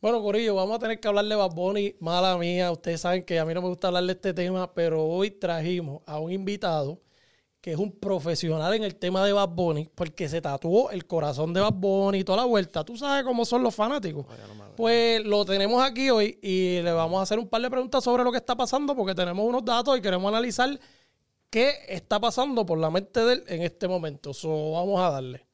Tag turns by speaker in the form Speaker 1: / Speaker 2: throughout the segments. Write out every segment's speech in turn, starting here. Speaker 1: Bueno, Corillo, vamos a tener que hablarle de Bad Bunny. Mala mía, ustedes saben que a mí no me gusta hablarle de este tema, pero hoy trajimos a un invitado que es un profesional en el tema de Bad Bunny, porque se tatuó el corazón de Bad Bunny y toda la vuelta. Tú sabes cómo son los fanáticos. Pues lo tenemos aquí hoy y le vamos a hacer un par de preguntas sobre lo que está pasando, porque tenemos unos datos y queremos analizar qué está pasando por la mente de él en este momento. So, vamos a darle.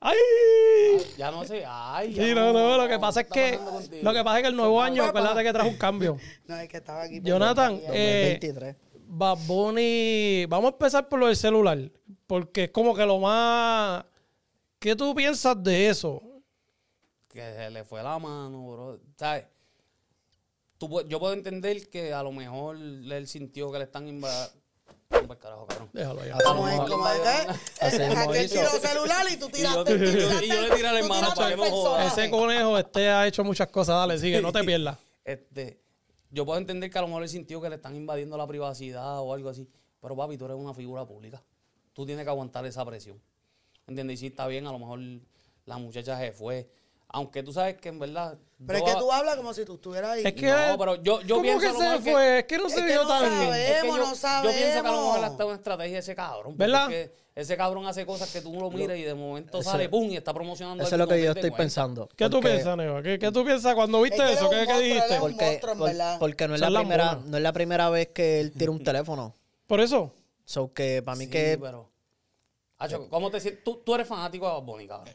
Speaker 1: ¡Ay!
Speaker 2: Ya no sé. Ay, ya
Speaker 1: Sí, no, no, lo que pasa es
Speaker 2: está
Speaker 1: que
Speaker 2: pasando contigo?
Speaker 1: lo que pasa es que el nuevo año, acuérdate que trajo un cambio.
Speaker 3: Pues, No, es que estaba aquí.
Speaker 1: Jonathan, eh,
Speaker 3: 2023.
Speaker 1: Bad Bunny, vamos a empezar por lo del celular, porque es como que lo más ¿Qué tú piensas de eso?
Speaker 2: Que se le fue la mano, bro. ¿Sabes? Tú pu- yo puedo entender que a lo mejor él sintió que le están invadiendo. carajo, cabrón.
Speaker 1: Déjalo ya.
Speaker 3: Vamos a ir como ¿eh? acá.
Speaker 2: Así mismo
Speaker 3: Aquel
Speaker 2: hizo.
Speaker 3: tiró celular y tú
Speaker 2: Y yo-
Speaker 3: tiraste. tú tiraste-
Speaker 2: y yo le tiré a la
Speaker 3: tú
Speaker 2: hermana
Speaker 3: tiraste
Speaker 2: para que no joda.
Speaker 3: personaje.
Speaker 1: Ese conejo este ha hecho muchas cosas, dale, sigue, no te pierdas.
Speaker 2: Este, yo puedo entender que a lo mejor él sintió que le están invadiendo la privacidad o algo así. Pero papi, tú eres una figura pública. Tú tienes que aguantar esa presión. ¿Entiendes? Y si está bien, a lo mejor la muchacha se fue. Aunque tú sabes que en verdad.
Speaker 3: Pero es
Speaker 2: yo-
Speaker 3: que tú hablas como si tú estuvieras ahí.
Speaker 1: Es que
Speaker 2: No, pero yo- yo
Speaker 1: ¿Cómo
Speaker 2: pienso
Speaker 1: que
Speaker 2: lo
Speaker 1: se
Speaker 2: más que-
Speaker 1: fue? Es que no
Speaker 3: Es
Speaker 1: se
Speaker 3: que
Speaker 1: vio
Speaker 3: no
Speaker 1: tan
Speaker 3: sabe.
Speaker 2: Es que yo-
Speaker 3: Sabemos, no
Speaker 2: Yo pienso que a lo mejor
Speaker 3: sabemos.
Speaker 2: hasta una estrategia de ese cabrón.
Speaker 1: ¿Verdad?
Speaker 2: ¿Verdad? ese cabrón hace cosas que tú lo miras y de momento sale, pum, y está promocionando.
Speaker 4: Eso es
Speaker 2: algo
Speaker 4: lo
Speaker 2: y
Speaker 4: que
Speaker 2: no
Speaker 4: yo
Speaker 2: te
Speaker 4: estoy
Speaker 2: cuenta.
Speaker 4: pensando.
Speaker 1: ¿Qué tú
Speaker 4: porque-
Speaker 1: piensas, Neva? ¿Qué, qué tú piensas cuando viste
Speaker 3: Es que
Speaker 1: eso?
Speaker 3: era
Speaker 1: ¿Qué,
Speaker 3: un
Speaker 1: qué
Speaker 3: monstruo,
Speaker 1: dijiste?
Speaker 3: era un-
Speaker 4: Porque,
Speaker 3: monstruo, en
Speaker 4: por-
Speaker 3: verdad.
Speaker 4: porque no, es
Speaker 1: Esa
Speaker 4: la
Speaker 1: es la
Speaker 4: primera,
Speaker 1: mona.
Speaker 4: no es la primera vez que él tira un teléfono.
Speaker 1: Por eso.
Speaker 4: So que para mí
Speaker 2: Sí,
Speaker 4: que
Speaker 2: pero... Acho, ¿cómo te sientes? Tú, tú eres fanático de Bad Bunny, cabrón.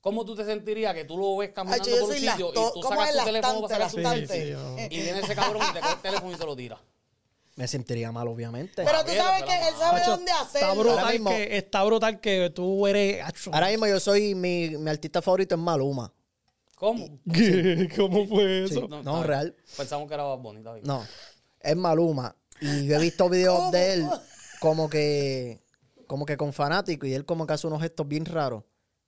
Speaker 2: ¿Cómo tú te sentirías que tú lo ves caminando
Speaker 3: Hacho, yo
Speaker 2: por un
Speaker 3: soy
Speaker 2: sitio y
Speaker 3: lacto-
Speaker 2: tú
Speaker 3: ¿cómo
Speaker 2: sacas
Speaker 3: es
Speaker 2: tu teléfono
Speaker 3: lactante,
Speaker 2: para sacar tu
Speaker 3: lactante?
Speaker 1: Sí, sí, yo-
Speaker 2: Y viene ese cabrón y te coge el teléfono y te lo tira.
Speaker 4: me sentiría mal, obviamente.
Speaker 3: Pero tú
Speaker 2: Mira,
Speaker 3: sabes
Speaker 2: pero
Speaker 3: que él
Speaker 2: la
Speaker 3: sabe
Speaker 1: Hacho,
Speaker 3: dónde
Speaker 1: está
Speaker 3: hacerlo.
Speaker 1: brutal,
Speaker 4: mismo-
Speaker 1: que, está brutal que tú eres... Hacho.
Speaker 4: Ahora mismo yo soy, mi, mi artista favorito es Maluma.
Speaker 2: ¿Cómo?
Speaker 1: ¿Qué? ¿Cómo fue eso?
Speaker 4: No,
Speaker 2: está bien.
Speaker 4: real.
Speaker 2: Pensamos que era Bad Bunny, está bien.
Speaker 4: No, es Maluma. Y yo he visto videos
Speaker 3: ¿Cómo?
Speaker 4: de él como que, como que con fanático y él como que hace unos gestos bien raros.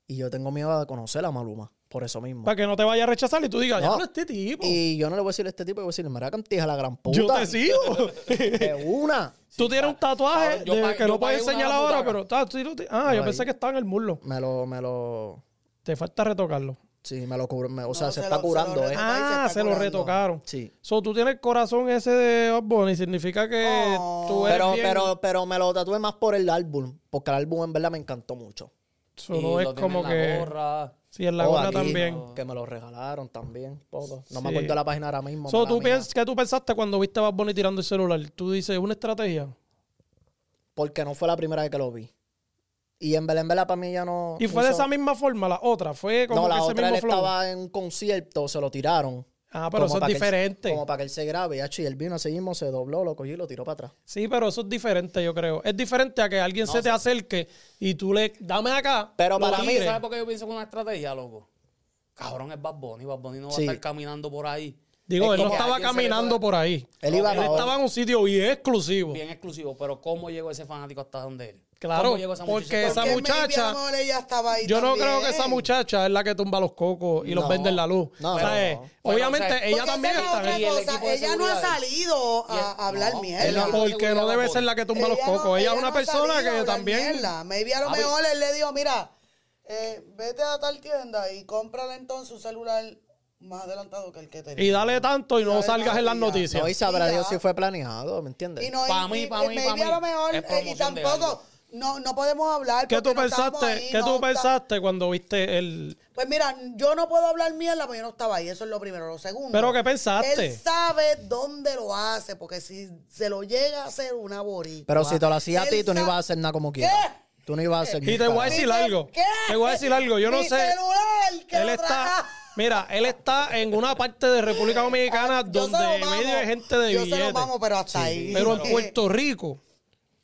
Speaker 4: Y yo tengo miedo de conocer a Maluma, por eso mismo.
Speaker 1: Para que no te vaya a rechazar y tú digas,
Speaker 4: No.
Speaker 1: ya no este tipo.
Speaker 4: Y yo no le voy a decir a este tipo, yo voy a decirle, mira, cantija la gran puta.
Speaker 1: Yo te sigo.
Speaker 4: De una.
Speaker 1: tú tienes un tatuaje
Speaker 2: Cabrón, yo
Speaker 1: de-
Speaker 2: pagué-
Speaker 1: que no
Speaker 2: yo
Speaker 1: puedes
Speaker 2: pagué una
Speaker 1: enseñar ahora,
Speaker 2: butaca.
Speaker 1: pero ah, tú lo ti- ah, yo
Speaker 4: ahí.
Speaker 1: pensé que estaba en el muslo.
Speaker 4: Me lo, me lo,
Speaker 1: Te falta retocarlo.
Speaker 4: sí, me lo cubro, me- o
Speaker 3: No,
Speaker 4: sea, se,
Speaker 3: se
Speaker 4: está
Speaker 3: lo- se lo
Speaker 4: curando,
Speaker 3: re- Ahí
Speaker 4: ¿eh?
Speaker 3: se
Speaker 1: Ah,
Speaker 3: está
Speaker 1: se lo
Speaker 3: curando.
Speaker 1: retocaron.
Speaker 4: Sí.
Speaker 1: So, tú tienes el corazón ese de Bad Bunny, significa que
Speaker 3: Oh.
Speaker 1: tú eres
Speaker 4: Pero,
Speaker 1: bien-
Speaker 4: pero, pero me lo tatué más por el álbum, porque el álbum en verdad me encantó mucho.
Speaker 1: So,
Speaker 2: Y
Speaker 1: no es
Speaker 2: lo tiene
Speaker 1: como
Speaker 2: en la
Speaker 1: que...
Speaker 2: gorra.
Speaker 1: Sí, en la
Speaker 4: O
Speaker 1: gorra
Speaker 4: Oh, aquí,
Speaker 1: también.
Speaker 4: Que me lo regalaron también. todo. No me
Speaker 1: Sí.
Speaker 4: acuerdo la página ahora mismo.
Speaker 1: So,
Speaker 4: mala
Speaker 1: ¿tú
Speaker 4: mía.
Speaker 1: piens- ¿Qué tú pensaste cuando viste a Bad Bunny tirando el celular? Tú dices, ¿una estrategia?
Speaker 4: Porque no fue la primera vez que lo vi. Y en verdad, en verdad, para mí ya no.
Speaker 1: ¿Y fue de esa misma forma la otra? ¿Fue como
Speaker 4: No,
Speaker 1: que
Speaker 4: la
Speaker 1: ese
Speaker 4: otra él
Speaker 1: mismo flow?
Speaker 4: estaba en un concierto, se lo tiraron.
Speaker 1: Ah, pero eso es
Speaker 4: para que él-
Speaker 1: diferente.
Speaker 4: como para que él se grabe. hacho, Y él vino así mismo, se dobló, lo cogió y lo tiró para atrás.
Speaker 1: Sí, pero eso es diferente, yo creo. Es diferente a que alguien se te acerque y tú le... Dame acá.
Speaker 4: Pero
Speaker 1: lo
Speaker 4: para mí-
Speaker 2: ¿Y
Speaker 1: tires.
Speaker 2: ¿Sabes por qué yo pienso que es una estrategia, loco? Cabrón, es Bad Bunny. Bad Bunny no va
Speaker 4: Sí.
Speaker 2: a estar caminando por ahí.
Speaker 1: Digo,
Speaker 2: Es
Speaker 1: él no
Speaker 2: como que
Speaker 1: estaba
Speaker 2: alguien se le
Speaker 1: caminando
Speaker 2: puede-
Speaker 1: por ahí.
Speaker 4: Él iba
Speaker 1: Él
Speaker 4: a
Speaker 1: estaba en un sitio bien exclusivo.
Speaker 2: bien exclusivo, pero ¿cómo llegó ese fanático hasta donde él?
Speaker 1: Claro,
Speaker 2: ¿Cómo llegó esa
Speaker 1: porque
Speaker 2: muchacha?
Speaker 1: esa
Speaker 3: Porque maybe
Speaker 1: muchacha-
Speaker 3: a lo mejor ella estaba ahí
Speaker 1: Yo no
Speaker 3: también.
Speaker 1: creo que esa muchacha es la que tumba los cocos y los
Speaker 4: No,
Speaker 1: vende en la luz.
Speaker 4: no,
Speaker 1: O sea,
Speaker 4: no.
Speaker 1: eh, Obviamente,
Speaker 2: Bueno, o sea,
Speaker 1: ella
Speaker 3: Porque
Speaker 1: también
Speaker 3: esa es
Speaker 1: está
Speaker 3: otra
Speaker 1: bien.
Speaker 2: Y el
Speaker 3: cosa,
Speaker 2: equipo de
Speaker 3: Ella no ha
Speaker 2: seguridad de él.
Speaker 3: salido
Speaker 2: Y el-
Speaker 3: a a hablar
Speaker 2: no,
Speaker 3: mierda.
Speaker 2: él
Speaker 1: Ella-
Speaker 2: no-
Speaker 1: Porque no debe ser la que tumba los
Speaker 3: Ella no-
Speaker 1: cocos. Ella es una
Speaker 3: no
Speaker 1: persona
Speaker 3: sabía
Speaker 1: que
Speaker 3: hablar
Speaker 1: también...
Speaker 3: mierda. Maybe a lo
Speaker 2: Ah,
Speaker 3: mejor él le dijo, mira, eh, vete a tal tienda y cómprale entonces un celular más adelantado que el que tenía.
Speaker 1: Y dale tanto y no
Speaker 3: Dale
Speaker 1: salgas en las
Speaker 3: tanto y ya.
Speaker 1: noticias.
Speaker 4: No, y sabrá
Speaker 3: Y
Speaker 4: Dios
Speaker 3: ya.
Speaker 4: si fue planeado, ¿me entiendes?
Speaker 3: ah. Y no,
Speaker 2: Pa'
Speaker 3: y-
Speaker 2: mí,
Speaker 3: y-
Speaker 2: pa' mí,
Speaker 3: maybe
Speaker 2: pa' mí.
Speaker 3: a lo mejor,
Speaker 2: Es
Speaker 3: eh, y
Speaker 2: promoción de algo.
Speaker 3: tampoco, no, no podemos hablar.
Speaker 1: ¿Qué
Speaker 3: porque
Speaker 1: tú
Speaker 3: no estábamos
Speaker 1: pensaste,
Speaker 3: ahí,
Speaker 1: ¿qué
Speaker 3: no
Speaker 1: tú
Speaker 3: está-
Speaker 1: pensaste cuando viste el...
Speaker 3: Pues mira, yo no puedo hablar mierda porque yo no estaba ahí, eso es lo primero. Lo segundo.
Speaker 1: ¿Pero qué pensaste?
Speaker 3: Él sabe dónde lo hace, porque si se lo llega a hacer una boricua.
Speaker 4: Pero si te lo hacía a ti,
Speaker 3: él
Speaker 4: tú no
Speaker 3: sa-
Speaker 4: ibas a hacer nada como
Speaker 3: ¿Qué?
Speaker 4: quieras. Tú no ibas a hacer
Speaker 1: Y te
Speaker 4: nunca.
Speaker 1: voy a decir
Speaker 3: ¿Mi cel-
Speaker 1: algo.
Speaker 3: qué?
Speaker 1: Te voy a decir algo. Yo no
Speaker 3: Mi
Speaker 1: sé.
Speaker 3: celular, que
Speaker 1: Él
Speaker 3: lo
Speaker 1: está,
Speaker 3: traga.
Speaker 1: mira, él está en una parte de República Dominicana
Speaker 3: Yo se
Speaker 1: donde
Speaker 3: lo mamo.
Speaker 1: medio hay gente de
Speaker 3: Yo se lo
Speaker 1: billetes.
Speaker 3: mamo, pero hasta ahí.
Speaker 1: Pero en Puerto Rico,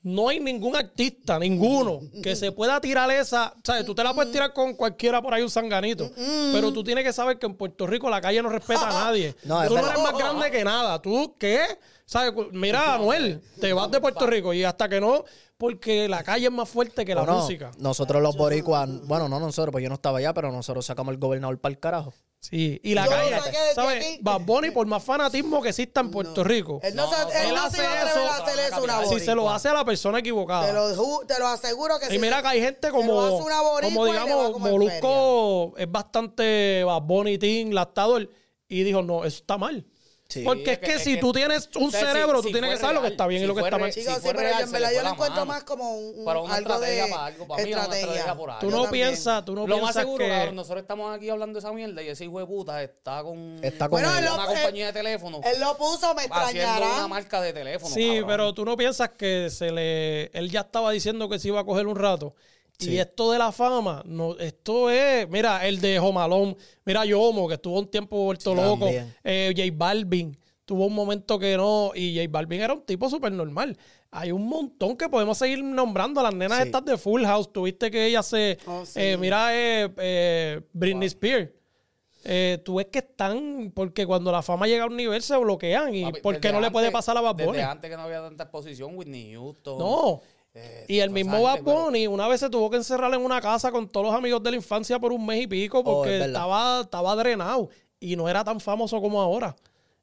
Speaker 1: No hay ningún artista, ninguno, que se pueda tirar esa. ¿Sabes? Tú te la puedes tirar con cualquiera por ahí un sanganito. Pero tú tienes que saber que en Puerto Rico la calle no respeta a nadie.
Speaker 4: No, es
Speaker 1: tú no
Speaker 4: verdad.
Speaker 1: eres más grande que nada. ¿Tú qué? ¿Sabes? Cu- Mira, Anuel, te vas de Puerto Rico y hasta que no, porque la calle es más fuerte que la
Speaker 4: Bueno,
Speaker 1: música.
Speaker 4: Nosotros los boricuas, bueno, no nosotros, pues yo no estaba allá, pero nosotros sacamos el gobernador para el carajo.
Speaker 1: Sí, y la
Speaker 3: Yo lo saqué
Speaker 1: calle,
Speaker 3: desde
Speaker 1: ¿sabes?
Speaker 3: aquí.
Speaker 1: Bad Bunny, por más fanatismo que exista en Puerto Rico,
Speaker 3: Él no,
Speaker 2: No,
Speaker 3: se,
Speaker 2: no,
Speaker 3: él
Speaker 1: él
Speaker 3: no se iba a
Speaker 1: hace
Speaker 3: atrever a
Speaker 1: eso,
Speaker 3: hacer eso una
Speaker 2: si
Speaker 1: si
Speaker 3: boricua.
Speaker 1: se lo hace a la persona equivocada.
Speaker 3: Te lo, ju- te lo aseguro que
Speaker 1: Y mira que hay gente
Speaker 3: lo
Speaker 1: como,
Speaker 3: hace una boricua
Speaker 1: como
Speaker 3: y le va
Speaker 1: digamos,
Speaker 3: como en
Speaker 1: Molusco es bastante Bad Bunny, Teen, Lactador, y dijo, no, eso está mal.
Speaker 4: Sí.
Speaker 1: Porque es
Speaker 2: es
Speaker 1: que,
Speaker 2: que- es
Speaker 1: si
Speaker 2: que-
Speaker 1: tú tienes un
Speaker 2: o sea, si-
Speaker 1: cerebro, tú
Speaker 2: si
Speaker 1: tienes
Speaker 2: fue
Speaker 1: que saber lo que
Speaker 2: real,
Speaker 1: está bien y
Speaker 2: si
Speaker 1: lo que
Speaker 2: fue
Speaker 1: está
Speaker 2: real,
Speaker 1: mal.
Speaker 2: si
Speaker 3: Chicos, sí,
Speaker 2: fue
Speaker 3: pero
Speaker 2: real,
Speaker 3: yo en
Speaker 2: se
Speaker 3: verdad
Speaker 2: le
Speaker 3: yo
Speaker 2: fue
Speaker 3: lo
Speaker 2: la
Speaker 3: encuentro
Speaker 2: mano.
Speaker 3: más como un, un-
Speaker 2: Para una
Speaker 3: algo de
Speaker 2: estrategia para algo, para mí, una estrategia por algo.
Speaker 1: Tú
Speaker 3: Yo
Speaker 1: no
Speaker 3: también.
Speaker 1: piensas, tú no
Speaker 2: lo más
Speaker 1: piensas
Speaker 2: seguro,
Speaker 1: que...
Speaker 2: cabrón, nosotros estamos aquí hablando de esa mierda y ese hijo de puta está con,
Speaker 4: Está con
Speaker 2: con
Speaker 3: Bueno, él.
Speaker 2: una
Speaker 3: él-
Speaker 2: compañía de teléfono
Speaker 3: Él lo puso, me
Speaker 2: haciendo una
Speaker 3: extrañará.
Speaker 2: marca de teléfono.
Speaker 1: Sí,
Speaker 2: cabrón.
Speaker 1: pero tú no piensas que se le. Él ya estaba diciendo que se iba a coger un rato. Y esto de la fama, no, esto es. Mira, el de Jomalón. Mira, Yomo, que estuvo un tiempo vuelto loco.
Speaker 4: también.
Speaker 1: Eh, J Balvin. Tuvo un momento que no. Y J Balvin era un tipo súper normal. Hay un montón que podemos seguir nombrando. Las nenas
Speaker 4: Sí.
Speaker 1: estas de Full House. Tuviste que ella se.
Speaker 3: Oh, sí.
Speaker 1: eh, mira, eh, eh, Britney Spears. Eh, tú ves que están. Porque cuando la fama llega a un nivel se bloquean. ¿Y
Speaker 2: Papi,
Speaker 1: por qué
Speaker 2: desde
Speaker 1: no le puede
Speaker 2: antes-
Speaker 1: pasar a Bad Bunny?
Speaker 2: Desde antes que no había tanta exposición, Whitney Houston.
Speaker 1: No.
Speaker 2: eh,
Speaker 1: Y el
Speaker 2: toda
Speaker 1: mismo
Speaker 2: esa
Speaker 1: Bad
Speaker 2: gente, pero-
Speaker 1: Bunny una vez se tuvo que encerrar en una casa con todos los amigos de la infancia por un mes y pico porque
Speaker 4: es verdad.
Speaker 1: estaba, estaba drenado y no era tan famoso como ahora.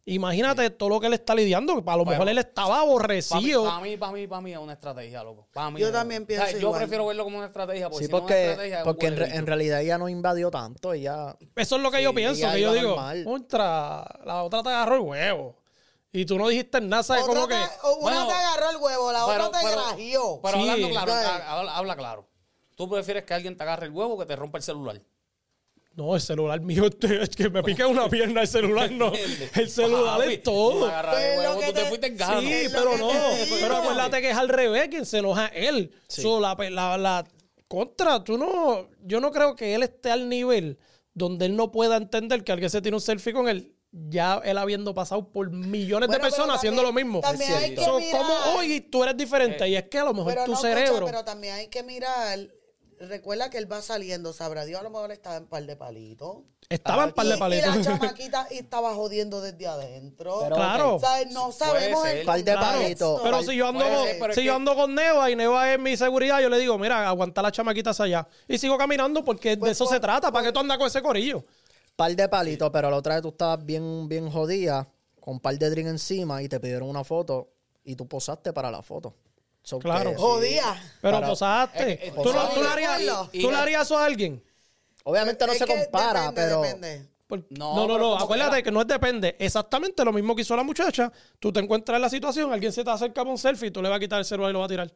Speaker 1: Imagínate todo lo que él está lidiando. que A lo
Speaker 2: Bueno,
Speaker 1: mejor él estaba
Speaker 2: Para mí,
Speaker 1: aborrecido.
Speaker 2: para mí, para mí, pa' mí es una estrategia, loco. Pa' mí
Speaker 3: Yo
Speaker 2: es-
Speaker 3: también
Speaker 2: o sea,
Speaker 3: pienso
Speaker 2: Yo
Speaker 3: igual.
Speaker 2: prefiero verlo como una estrategia. Porque
Speaker 4: Sí,
Speaker 2: si no es Pues una
Speaker 4: porque,
Speaker 2: estrategia, es un
Speaker 4: porque en,
Speaker 2: huele
Speaker 4: re- en
Speaker 2: bicho.
Speaker 4: realidad ella no invadió tanto, ella...
Speaker 1: Eso es lo que yo pienso.
Speaker 4: ella
Speaker 1: Que yo
Speaker 4: iba
Speaker 1: digo,
Speaker 4: normal.
Speaker 1: contra, la otra te agarró el huevo. Y tú no dijiste nada, ¿sabes?
Speaker 3: Otra
Speaker 1: Como que.
Speaker 3: te- Una
Speaker 2: bueno,
Speaker 3: te agarró el huevo, la
Speaker 2: Pero-
Speaker 3: otra te
Speaker 2: pero-
Speaker 3: grajió.
Speaker 2: Pero
Speaker 1: Sí.
Speaker 2: hablando claro,
Speaker 3: Dale.
Speaker 2: habla, habla claro. ¿Tú prefieres que alguien te agarre el huevo o que te rompa el celular?
Speaker 1: No, el celular mío, este, es que me pique una pierna, el celular no. El celular
Speaker 2: Papi,
Speaker 1: es todo.
Speaker 2: tú me agarras
Speaker 3: Pero
Speaker 2: el huevo,
Speaker 3: que
Speaker 2: tú te
Speaker 3: te-
Speaker 2: fuiste en gano.
Speaker 1: Sí,
Speaker 3: Es lo
Speaker 1: pero
Speaker 3: que
Speaker 1: no.
Speaker 3: te digo.
Speaker 1: Pero
Speaker 3: eh.
Speaker 1: acuérdate que es al revés quien se enoja él. So, la, pe- la- la contra, tú no. Yo no creo que él esté al nivel donde él no pueda entender que alguien se tiene un selfie con él. Ya él habiendo pasado por millones de
Speaker 3: Bueno, pero
Speaker 1: personas
Speaker 3: también-
Speaker 1: haciendo lo mismo.
Speaker 3: también hay que
Speaker 1: So,
Speaker 3: mirar- Eh,
Speaker 1: como hoy tú eres diferente y es que a lo mejor
Speaker 3: Pero
Speaker 1: tu
Speaker 3: no, escucha,
Speaker 1: cerebro.
Speaker 3: pero también hay que mirar. Recuerda que él va saliendo, sabrá Dios, a lo mejor estaba en par de palitos.
Speaker 1: Estaba en par
Speaker 3: Y-
Speaker 1: de paletas.
Speaker 3: Y la chamaquita estaba jodiendo desde adentro.
Speaker 4: Pero-
Speaker 1: Claro.
Speaker 3: O sea, no sabemos
Speaker 2: ser.
Speaker 3: el
Speaker 4: Par de
Speaker 3: contexto.
Speaker 4: palitos.
Speaker 1: Pero si yo ando,
Speaker 2: Puede ser, pero es
Speaker 1: si yo
Speaker 2: que-
Speaker 1: ando con Neva y Neva es mi seguridad, yo le digo, mira, aguanta las chamaquitas allá. Y sigo caminando porque de
Speaker 3: Pues,
Speaker 1: eso
Speaker 3: por-
Speaker 1: se trata. ¿Para qué tú andas con ese corillo?
Speaker 4: Par de palitos, pero la otra vez tú estabas bien, bien jodida, con par de drink encima y te pidieron una foto y tú posaste para la foto. So
Speaker 1: Claro.
Speaker 4: que-
Speaker 3: Jodía.
Speaker 1: Pero
Speaker 4: Para- Eh,
Speaker 1: posaste.
Speaker 2: es que- es
Speaker 1: ¿Tú, no-
Speaker 4: posada.
Speaker 1: tú le harías,
Speaker 3: Y-
Speaker 2: y-
Speaker 1: tú le harías eso a alguien?
Speaker 4: Obviamente no
Speaker 3: Es
Speaker 4: se
Speaker 3: que
Speaker 4: compara,
Speaker 3: depende,
Speaker 4: pero...
Speaker 3: depende.
Speaker 1: Por-
Speaker 2: No,
Speaker 1: no, no,
Speaker 2: pero
Speaker 1: no.
Speaker 2: como
Speaker 1: Acuérdate
Speaker 2: quiera.
Speaker 1: que no es depende. Exactamente lo mismo que hizo la muchacha. Tú te encuentras en la situación, alguien se te acerca para un selfie, tú le vas a quitar el celular y lo vas a tirar.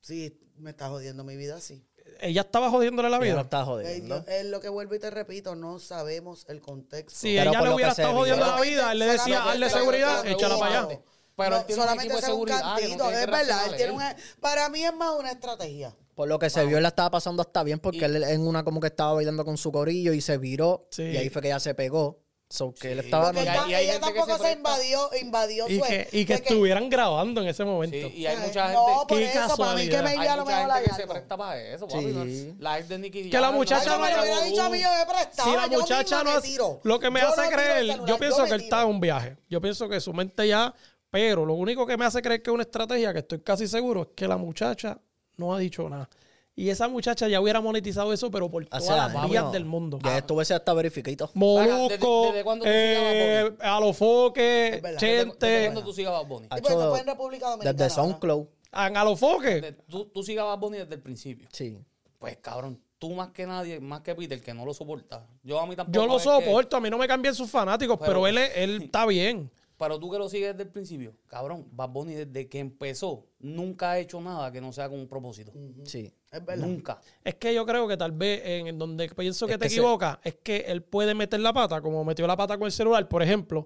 Speaker 3: Sí, me está jodiendo mi vida, sí.
Speaker 1: Ella estaba jodiéndole la
Speaker 4: Ella no
Speaker 1: vida.
Speaker 4: está
Speaker 3: Eh,
Speaker 4: jodiendo.
Speaker 3: yo- Es lo que vuelvo y te repito, no sabemos el contexto.
Speaker 1: Si
Speaker 4: Pero
Speaker 1: ella
Speaker 4: por
Speaker 1: le
Speaker 4: lo
Speaker 1: hubiera
Speaker 4: que se
Speaker 1: estado
Speaker 4: vio.
Speaker 1: jodiendo la
Speaker 3: Solamente-
Speaker 1: vida, él le decía,
Speaker 3: solamente
Speaker 1: hazle
Speaker 3: se ve
Speaker 1: seguridad,
Speaker 3: todo
Speaker 1: échala para allá.
Speaker 3: seguro.
Speaker 2: Pero
Speaker 3: No,
Speaker 2: él tiene un
Speaker 3: solamente
Speaker 2: equipo de
Speaker 3: es un
Speaker 2: seguridad que no
Speaker 3: cantito,
Speaker 2: tiene que
Speaker 3: es verdad.
Speaker 2: reaccionar
Speaker 3: él
Speaker 2: a
Speaker 3: tiene
Speaker 2: él.
Speaker 3: una- para mí es más una estrategia.
Speaker 4: Por lo que se vio, él la estaba pasando hasta bien porque él en una como que estaba bailando con su corillo y se viró.
Speaker 1: Sí.
Speaker 4: Y ahí fue que ella se pegó. So que él
Speaker 2: Sí.
Speaker 4: estaba...
Speaker 3: Porque
Speaker 2: y hay-
Speaker 3: ta-
Speaker 2: y hay
Speaker 3: ella
Speaker 2: gente que se
Speaker 3: tampoco se,
Speaker 2: presta.
Speaker 3: invadió, invadió
Speaker 1: Y
Speaker 3: su
Speaker 1: que, y que
Speaker 3: de
Speaker 1: estuvieran grabando en ese
Speaker 2: Sí,
Speaker 1: momento.
Speaker 2: y hay
Speaker 3: ¿sabes?
Speaker 2: mucha gente.
Speaker 3: No, por
Speaker 1: Qué
Speaker 3: eso, para mí que
Speaker 1: casualidad.
Speaker 3: me iba a
Speaker 2: hay
Speaker 3: lo
Speaker 2: mucha
Speaker 3: mejor
Speaker 2: gente
Speaker 3: la
Speaker 2: que se presta para eso, papi.
Speaker 4: Sí.
Speaker 2: ¿no? La ex de Nicki
Speaker 1: Que la
Speaker 2: Jam,
Speaker 1: muchacha
Speaker 3: Ay,
Speaker 1: no
Speaker 3: me lo hubiera
Speaker 1: acabó.
Speaker 3: dicho a mí, yo me prestaba.
Speaker 1: si la
Speaker 3: yo
Speaker 1: muchacha
Speaker 3: misma
Speaker 1: no
Speaker 3: me
Speaker 1: hace-
Speaker 3: tiro.
Speaker 1: lo que me
Speaker 3: Yo
Speaker 1: hace
Speaker 3: no tiro el
Speaker 1: creer,
Speaker 3: celular,
Speaker 1: yo pienso
Speaker 3: me
Speaker 1: que él
Speaker 3: tiro.
Speaker 1: está en un viaje. Yo pienso que su mente ya, pero lo único que me hace creer que es una estrategia, que estoy casi seguro, es que la muchacha no ha dicho nada. Y esa muchacha ya hubiera monetizado eso, pero por
Speaker 4: Hace
Speaker 1: todas las
Speaker 4: años.
Speaker 1: vías del mundo. Ah.
Speaker 4: Ya estuviese hasta verificado.
Speaker 1: Molusco,
Speaker 2: ¿Desde- desde cuándo tú
Speaker 1: eh,
Speaker 2: sigues
Speaker 1: a los foques,
Speaker 3: Es verdad.
Speaker 1: Chente,
Speaker 2: Cuando tú sigas a Bad Bunny.
Speaker 3: Y pues eso fue en República Dominicana.
Speaker 4: Desde
Speaker 3: ¿verdad?
Speaker 4: SoundCloud.
Speaker 1: a los
Speaker 2: De-
Speaker 1: foques.
Speaker 2: Tú, tú sigas a Bad Bunny desde el principio.
Speaker 4: Sí.
Speaker 2: Pues cabrón, tú más que nadie, más que Peter, que no lo soporta. Yo a mí tampoco.
Speaker 1: Yo lo
Speaker 2: es que-
Speaker 1: soporto, a mí no me cambian sus fanáticos, pero,
Speaker 2: Pero-
Speaker 1: él, es- él está bien.
Speaker 2: pero tú que lo sigues desde el principio, cabrón, Bad Bunny desde que empezó nunca ha hecho nada que no sea con un propósito.
Speaker 4: Sí.
Speaker 3: Mm, Es verdad.
Speaker 2: Nunca.
Speaker 1: Es que yo creo que tal vez en en donde pienso que
Speaker 4: Es
Speaker 1: te
Speaker 4: que se-
Speaker 1: equivocas es que él puede meter la pata, como metió la pata con el celular, por ejemplo,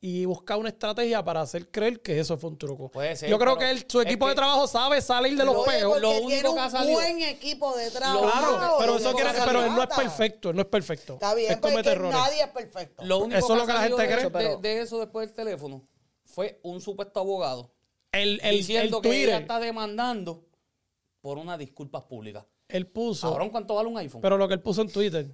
Speaker 1: y buscar una estrategia para hacer creer que eso fue un truco.
Speaker 2: Puede ser,
Speaker 1: yo creo
Speaker 2: pero
Speaker 1: que él- su
Speaker 2: es
Speaker 1: equipo
Speaker 2: que-
Speaker 1: de trabajo sabe salir de los
Speaker 3: Oye,
Speaker 1: peos.
Speaker 3: porque
Speaker 2: lo único
Speaker 3: tiene
Speaker 2: que ha
Speaker 3: un
Speaker 2: salido-
Speaker 3: buen equipo de trabajo.
Speaker 1: Claro, pero
Speaker 3: y
Speaker 1: eso
Speaker 3: no
Speaker 1: quiere,
Speaker 3: se
Speaker 1: pero él no es
Speaker 3: trata.
Speaker 1: perfecto, él no es perfecto.
Speaker 3: Está
Speaker 1: Él
Speaker 3: bien,
Speaker 1: comete
Speaker 3: porque
Speaker 1: errores.
Speaker 3: nadie es perfecto.
Speaker 2: Lo único
Speaker 1: Eso
Speaker 2: que,
Speaker 1: es
Speaker 2: ha
Speaker 1: lo que la
Speaker 2: salido
Speaker 1: gente
Speaker 2: de-
Speaker 1: cree.
Speaker 2: De, de eso después del teléfono fue un supuesto abogado.
Speaker 1: el, el, el
Speaker 2: diciendo que ella
Speaker 1: Twitter,
Speaker 2: está demandando por unas disculpas públicas.
Speaker 1: él puso,
Speaker 2: Cabrón, ¿cuánto vale un iPhone?
Speaker 1: pero lo que él puso en Twitter,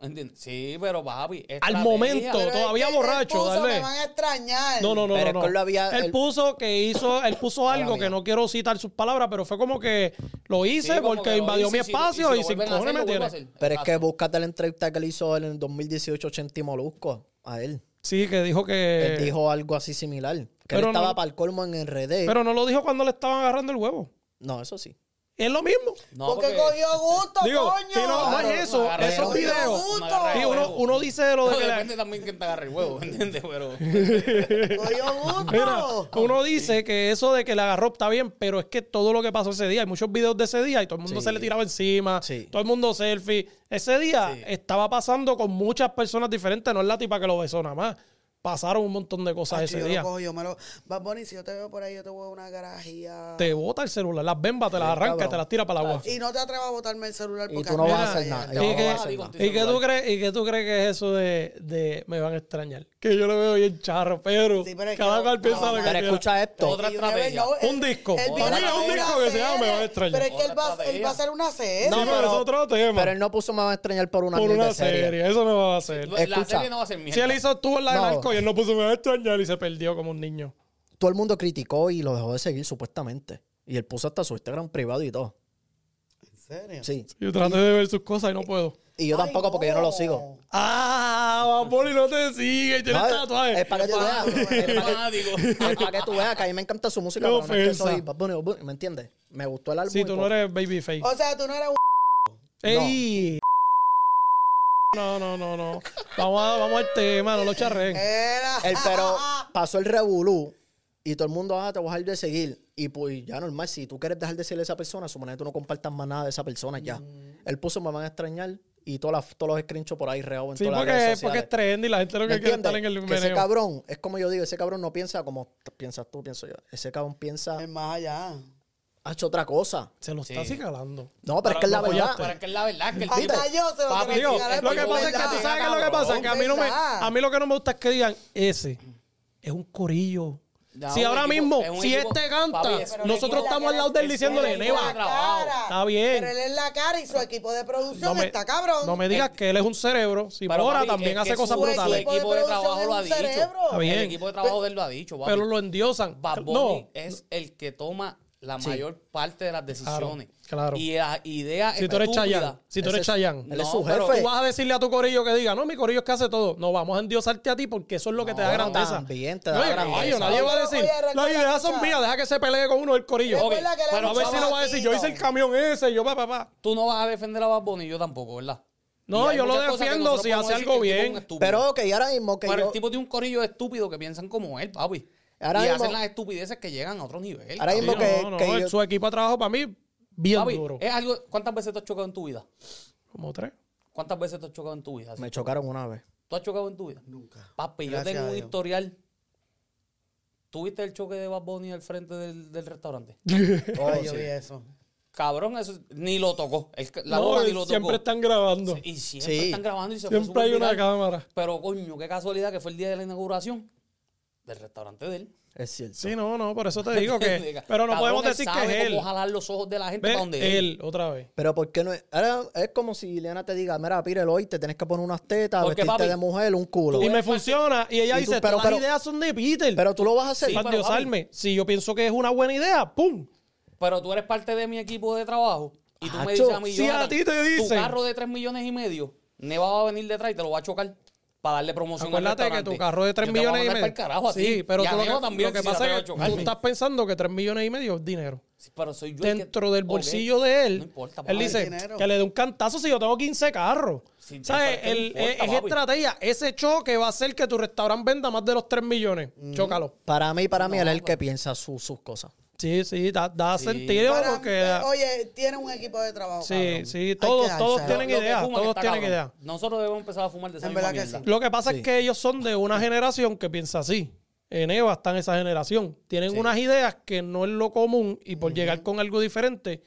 Speaker 2: ¿Entiendes? Sí, pero papi.
Speaker 1: Al
Speaker 2: estrategia.
Speaker 1: momento.
Speaker 3: Pero es
Speaker 1: todavía
Speaker 3: que él
Speaker 1: borracho,
Speaker 3: puso,
Speaker 1: dale.
Speaker 3: Me van a extrañar.
Speaker 1: no, no, no,
Speaker 4: Pero
Speaker 1: no,
Speaker 4: es
Speaker 1: no.
Speaker 4: que él lo había-
Speaker 1: él
Speaker 4: él-
Speaker 1: puso que hizo, él puso algo que
Speaker 4: mía.
Speaker 1: no quiero citar sus palabras, pero fue como que lo
Speaker 2: Sí,
Speaker 1: hice
Speaker 2: como
Speaker 1: porque
Speaker 2: que lo
Speaker 1: invadió mi
Speaker 2: hice, si lo-
Speaker 1: espacio
Speaker 2: si
Speaker 1: y
Speaker 2: lo
Speaker 1: sin
Speaker 2: vuelven a hacer,
Speaker 1: cojones
Speaker 2: lo
Speaker 1: me
Speaker 2: vuelven a
Speaker 1: tiene.
Speaker 2: hacer.
Speaker 4: Pero es que
Speaker 2: Exacto.
Speaker 4: búscate la entrevista que le hizo él en el 2018 80 y Molusco a él.
Speaker 1: Sí, que dijo que...
Speaker 4: Él dijo algo así similar. Que él
Speaker 1: Eh. pero
Speaker 4: estaba
Speaker 1: no-
Speaker 4: para el colmo en RD.
Speaker 1: Pero no lo dijo cuando le estaban agarrando el huevo.
Speaker 4: no, eso sí.
Speaker 1: Es lo mismo.
Speaker 2: No,
Speaker 3: porque, cogió gusto,
Speaker 1: Digo,
Speaker 3: coño.
Speaker 1: y no, no
Speaker 3: Claro.
Speaker 1: es eso,
Speaker 2: agarra
Speaker 4: esos
Speaker 2: el huevo,
Speaker 1: videos.
Speaker 2: una agarra el
Speaker 1: Sí, uno,
Speaker 2: huevo.
Speaker 1: uno dice lo de
Speaker 2: Ah, No,
Speaker 1: que la-
Speaker 2: depende también quién te agarre el huevo, ¿entiendes? Pero.
Speaker 3: Cogió
Speaker 1: Mira,
Speaker 3: gusto.
Speaker 1: uno dice que eso de que la agarró está bien, pero es que todo lo que pasó ese día, hay muchos videos de ese día y todo el mundo
Speaker 4: Sí.
Speaker 1: se le tiraba encima,
Speaker 4: Sí.
Speaker 1: todo el mundo selfie. Ese día
Speaker 2: Sí.
Speaker 1: estaba pasando con muchas personas diferentes, no es la tipa que lo besó nada más. Pasaron un montón de cosas
Speaker 3: Acho,
Speaker 1: ese
Speaker 3: yo
Speaker 1: día.
Speaker 3: Lo cojo, yo me lo... Bad Bunny, si yo te veo por ahí, yo te voy a una garajía.
Speaker 1: Te bota el celular, las bembas, te las arranca,
Speaker 4: cabrón.
Speaker 1: te las tira para el agua.
Speaker 3: Y no te atrevas a botarme el celular
Speaker 4: Y
Speaker 3: porque
Speaker 4: tú no
Speaker 3: mí
Speaker 4: vas a
Speaker 3: me
Speaker 4: hacer
Speaker 3: da-
Speaker 4: nada.
Speaker 1: ¿Y
Speaker 4: Yo no
Speaker 1: qué-
Speaker 4: voy a hacer nada.
Speaker 1: ¿Y qué tú crees, y qué tú crees que es eso de, de me van a extrañar? Que yo lo veo bien charro, pero,
Speaker 3: Sí, pero es que
Speaker 1: cada
Speaker 3: no-
Speaker 1: cual piensa
Speaker 3: no,
Speaker 1: lo que
Speaker 4: Pero
Speaker 1: quiera.
Speaker 4: escucha esto.
Speaker 2: Otra
Speaker 3: Y una vez,
Speaker 2: estrategia.
Speaker 3: no, él-
Speaker 1: Un disco.
Speaker 3: él
Speaker 1: Para
Speaker 3: viene
Speaker 1: mí
Speaker 3: a
Speaker 1: es un
Speaker 3: hacer
Speaker 1: disco que se llama Me va a
Speaker 3: hacer-
Speaker 1: extrañar.
Speaker 3: Pero es que él
Speaker 2: Otra
Speaker 3: va, él va a hacer una CS.
Speaker 1: Sí, pero es otro tema.
Speaker 4: Pero él no puso me va a extrañar por una,
Speaker 1: por
Speaker 4: mierda
Speaker 1: una
Speaker 4: de serie.
Speaker 1: serie. Eso no va a hacer.
Speaker 2: La
Speaker 4: Escucha.
Speaker 2: serie no va a ser mierda.
Speaker 1: Si él hizo tú en la del
Speaker 4: No.
Speaker 1: arco y él no puso me va a extrañar y se perdió como un niño.
Speaker 4: Todo el mundo criticó y lo dejó de seguir, supuestamente. Y él puso hasta su Instagram privado y todo.
Speaker 3: ¿En serio?
Speaker 4: Sí.
Speaker 1: Yo traté de ver sus cosas y no puedo.
Speaker 4: Y yo
Speaker 3: Ay,
Speaker 4: tampoco, porque yo no lo sigo.
Speaker 1: Ah, Vapoli no te sigue, tienes
Speaker 4: No,
Speaker 1: tatuajes.
Speaker 4: es para que tú veas. Es para que- es para que tú veas que a mí me encanta su
Speaker 1: Qué
Speaker 4: música, pero no es que
Speaker 1: ofensa.
Speaker 4: soy Bad Bunny, Bad Bunny, ¿me entiendes? Me gustó el álbum.
Speaker 1: Sí,
Speaker 4: y
Speaker 1: tú
Speaker 4: todo.
Speaker 1: no eres babyface.
Speaker 3: O sea, tú no eres un...
Speaker 1: ¡Ey! No, no, no, no. Vamos, a- vamos al tema, no lo charré.
Speaker 3: Eh, Era...
Speaker 4: El-
Speaker 3: Ah,
Speaker 4: pero pasó el revolú y todo el mundo, ah, te voy a dejar de seguir. Y pues ya normal, si tú quieres dejar de seguir a esa persona, supone que tú no compartas más nada de esa persona ya.
Speaker 3: Mm.
Speaker 4: Él puso, me van a extrañar y todas las- todos los screenshots por ahí reados en
Speaker 1: Sí,
Speaker 4: todas las
Speaker 1: porque,
Speaker 4: redes
Speaker 1: porque
Speaker 4: sociales.
Speaker 1: es trendy, la gente lo
Speaker 4: ¿Me
Speaker 1: que quiere estar en
Speaker 4: entiendes?
Speaker 1: el
Speaker 4: que ese
Speaker 1: meneo.
Speaker 4: cabrón, es como yo digo, ese cabrón no piensa como t- piensas tú, pienso yo. Ese cabrón piensa,
Speaker 3: Es más allá.
Speaker 4: ha hecho otra cosa.
Speaker 1: Se lo está
Speaker 2: Sí.
Speaker 1: acicalando.
Speaker 4: No, pero es que es la
Speaker 1: lo
Speaker 4: verdad.
Speaker 1: apoyaste.
Speaker 2: Pero es que es la verdad que el
Speaker 3: Hasta
Speaker 2: tipo-
Speaker 3: yo se lo
Speaker 2: Papi,
Speaker 3: creo.
Speaker 1: Digo,
Speaker 3: Claro,
Speaker 1: lo
Speaker 2: pues,
Speaker 1: que
Speaker 3: es
Speaker 1: pasa es que tú
Speaker 3: verdad,
Speaker 1: sabes que lo que pasa, que a mí no me,
Speaker 3: verdad.
Speaker 1: a mí lo que no me gusta es que digan ese. Es un corillo.
Speaker 2: Ya,
Speaker 1: si
Speaker 2: un
Speaker 1: ahora
Speaker 2: equipo-
Speaker 1: mismo,
Speaker 2: es un
Speaker 1: si
Speaker 2: equipo-
Speaker 1: este canta,
Speaker 2: Papi, es-
Speaker 3: Pero
Speaker 1: nosotros
Speaker 3: le
Speaker 1: estamos al lado de él
Speaker 2: es-
Speaker 1: diciéndole,
Speaker 2: es-
Speaker 3: Pero él es la
Speaker 1: Neva,
Speaker 2: trabajo.
Speaker 3: cara.
Speaker 1: Está bien.
Speaker 3: Pero él es la cara y su equipo de producción
Speaker 1: no me,
Speaker 3: está cabrón.
Speaker 1: no me digas que él es un cerebro. Si
Speaker 2: Eh, Pero,
Speaker 1: ahora
Speaker 2: papi,
Speaker 1: también
Speaker 2: es
Speaker 1: hace
Speaker 2: que
Speaker 1: cosas
Speaker 2: su
Speaker 1: brutales.
Speaker 2: equipo- El de
Speaker 3: producción
Speaker 2: trabajo
Speaker 3: es
Speaker 2: lo
Speaker 3: un
Speaker 2: ha dicho.
Speaker 3: cerebro.
Speaker 1: Está bien.
Speaker 2: El equipo de trabajo de él lo ha dicho, papi.
Speaker 1: Pero lo endiosan.
Speaker 2: Bad Bunny
Speaker 1: No.
Speaker 2: es el que toma la mayor parte de las decisiones.
Speaker 1: claro.
Speaker 2: Y las ideas
Speaker 1: Si tú eres
Speaker 2: estúpidas-
Speaker 1: Chayanne, si tú
Speaker 4: Ese
Speaker 1: eres
Speaker 4: es-
Speaker 1: Chayanne,
Speaker 4: Él es
Speaker 2: No,
Speaker 4: su
Speaker 2: pero
Speaker 1: tú
Speaker 4: jefe.
Speaker 1: vas a decirle a tu corillo que diga, no, mi corillo es que hace todo. No, vamos a endiosarte a ti porque eso es lo que te da
Speaker 4: no,
Speaker 1: grandeza.
Speaker 4: también te da
Speaker 1: Oye,
Speaker 4: grandeza.
Speaker 1: coño, nadie va a
Speaker 3: Oye,
Speaker 1: decir,
Speaker 3: oye, recuerda
Speaker 1: las ideas son
Speaker 3: escuchar.
Speaker 1: mías, deja que se pelee con uno del corillo. Ok,
Speaker 3: Recuerda que él es
Speaker 1: Pero a
Speaker 3: un
Speaker 1: ver si lo va a decir, yo hice el
Speaker 3: chamaquito.
Speaker 1: camión ese, yo papá, papá.
Speaker 2: Tú no vas a defender a Bad Bunny, yo tampoco, ¿verdad?
Speaker 1: No,
Speaker 2: Y hay
Speaker 1: yo lo
Speaker 2: muchas cosas que
Speaker 1: defiendo
Speaker 2: nosotros
Speaker 1: si
Speaker 2: podemos
Speaker 1: hace
Speaker 2: decir que
Speaker 1: algo
Speaker 2: el tipo es un
Speaker 1: bien.
Speaker 2: estúpido.
Speaker 4: Pero que ahora mismo que
Speaker 2: Pero
Speaker 4: yo-
Speaker 2: el tipo tiene un corillo de estúpidos que piensan como él, papi.
Speaker 4: Ahora
Speaker 2: y
Speaker 4: mismo-
Speaker 2: hacen las estupideces que llegan a otro nivel.
Speaker 4: Ahora
Speaker 2: cabrón.
Speaker 4: mismo
Speaker 1: Sí,
Speaker 4: que-
Speaker 1: no, no,
Speaker 4: que yo- eh,
Speaker 1: Su equipo de trabajo para mí, bien
Speaker 2: Papi,
Speaker 1: duro.
Speaker 2: es algo, ¿cuántas veces te has chocado en tu vida?
Speaker 1: Como tres.
Speaker 2: ¿Cuántas veces te has chocado en tu vida?
Speaker 4: me chocaron una vez.
Speaker 2: ¿Tú has chocado en tu vida?
Speaker 3: Nunca.
Speaker 2: Papi, yo
Speaker 3: Gracias
Speaker 2: tengo
Speaker 3: a
Speaker 2: un
Speaker 3: Dios.
Speaker 2: historial. ¿Tuviste el choque de Bad Bunny al frente del, del restaurante?
Speaker 4: Oh,
Speaker 3: Ay, yo vi eso.
Speaker 2: Cabrón, eso ni lo tocó. El- la
Speaker 1: No,
Speaker 2: goma ni lo
Speaker 1: siempre
Speaker 2: tocó.
Speaker 1: están grabando.
Speaker 2: Y siempre
Speaker 4: Sí.
Speaker 2: están grabando y se fue
Speaker 1: siempre hay
Speaker 2: súper
Speaker 1: una
Speaker 2: viral.
Speaker 1: cámara.
Speaker 2: Pero coño, qué casualidad que fue el día de la inauguración del restaurante de él.
Speaker 4: Es cierto.
Speaker 1: Sí, no, no, por eso te digo que... Pero no
Speaker 2: Cabrón,
Speaker 1: podemos
Speaker 2: él
Speaker 1: decir que
Speaker 2: sabe
Speaker 1: es él.
Speaker 2: cómo jalar los ojos de la gente para donde
Speaker 1: Ve,
Speaker 2: él.
Speaker 1: él, otra vez.
Speaker 4: Pero ¿por qué no es? Ahora es como si Ileana te diga, mira, Pirel, hoy te tienes que poner unas tetas,
Speaker 2: Porque,
Speaker 4: vestirte
Speaker 2: papi,
Speaker 4: de mujer, un culo.
Speaker 1: Y me funciona. Y ella
Speaker 4: Y tú,
Speaker 1: dice,
Speaker 4: pero-
Speaker 1: las
Speaker 4: pero-
Speaker 1: ideas son de Peter.
Speaker 4: Pero tú lo vas a hacer.
Speaker 2: Sí,
Speaker 1: para
Speaker 2: pero,
Speaker 1: endiosarme. Si yo pienso que es una buena idea, ¡pum!
Speaker 2: Pero tú eres parte de mi equipo de trabajo y tú
Speaker 4: Acho,
Speaker 2: me dices a mí,
Speaker 1: si a
Speaker 2: Jonathan,
Speaker 1: ti te
Speaker 2: tu
Speaker 1: dicen-
Speaker 2: carro de 3 millones y medio, Neva va a venir detrás y te lo va a chocar para darle promoción al
Speaker 1: Acuérdate que
Speaker 2: restaurante.
Speaker 1: tu carro de 3
Speaker 2: Yo te voy a
Speaker 1: millones y
Speaker 2: mandar
Speaker 1: medio.
Speaker 2: pa'l carajo a ti.
Speaker 1: sí, pero
Speaker 2: Y a
Speaker 1: tú lo
Speaker 2: Neva
Speaker 1: que,
Speaker 2: también,
Speaker 1: lo que
Speaker 2: si se
Speaker 1: pasa
Speaker 2: atreve
Speaker 1: es
Speaker 2: a
Speaker 1: que
Speaker 2: chocarme.
Speaker 1: tú estás pensando que 3 millones y medio es dinero.
Speaker 2: Sí, pero soy yo el que-
Speaker 1: Dentro del
Speaker 2: Ok,
Speaker 1: bolsillo de él,
Speaker 2: No importa,
Speaker 1: él
Speaker 2: papi.
Speaker 1: dice
Speaker 3: dinero.
Speaker 1: que le dé un cantazo si yo tengo 15 carros.
Speaker 2: Sí,
Speaker 1: ¿Sabes?
Speaker 2: pero ¿qué
Speaker 1: El-
Speaker 2: importa,
Speaker 1: es, es
Speaker 2: papi?
Speaker 1: estrategia. Ese choque va a hacer que tu restaurante venda más de los 3 millones. Chócalo.
Speaker 4: Para mí, para mí, él es el que piensa su- sus cosas.
Speaker 1: Sí, sí, da, da sentido
Speaker 3: Para-
Speaker 1: porque...
Speaker 3: eh, oye, tiene un equipo de trabajo.
Speaker 1: Sí,
Speaker 3: cabrón. Hay
Speaker 1: sí,
Speaker 3: que
Speaker 1: todos, todos
Speaker 3: dársela.
Speaker 1: tienen
Speaker 2: Lo que
Speaker 1: ideas,
Speaker 2: fuma que
Speaker 1: todos
Speaker 2: está
Speaker 1: tienen
Speaker 2: cabrón.
Speaker 1: ideas.
Speaker 2: Nosotros debemos empezar a fumar de esa
Speaker 3: En
Speaker 2: misma
Speaker 3: verdad que
Speaker 2: mierda.
Speaker 3: sí.
Speaker 1: Lo que pasa es que ellos son de una generación que piensa así. En Eva está en esa generación. Tienen unas ideas que no es lo común y por llegar con algo diferente.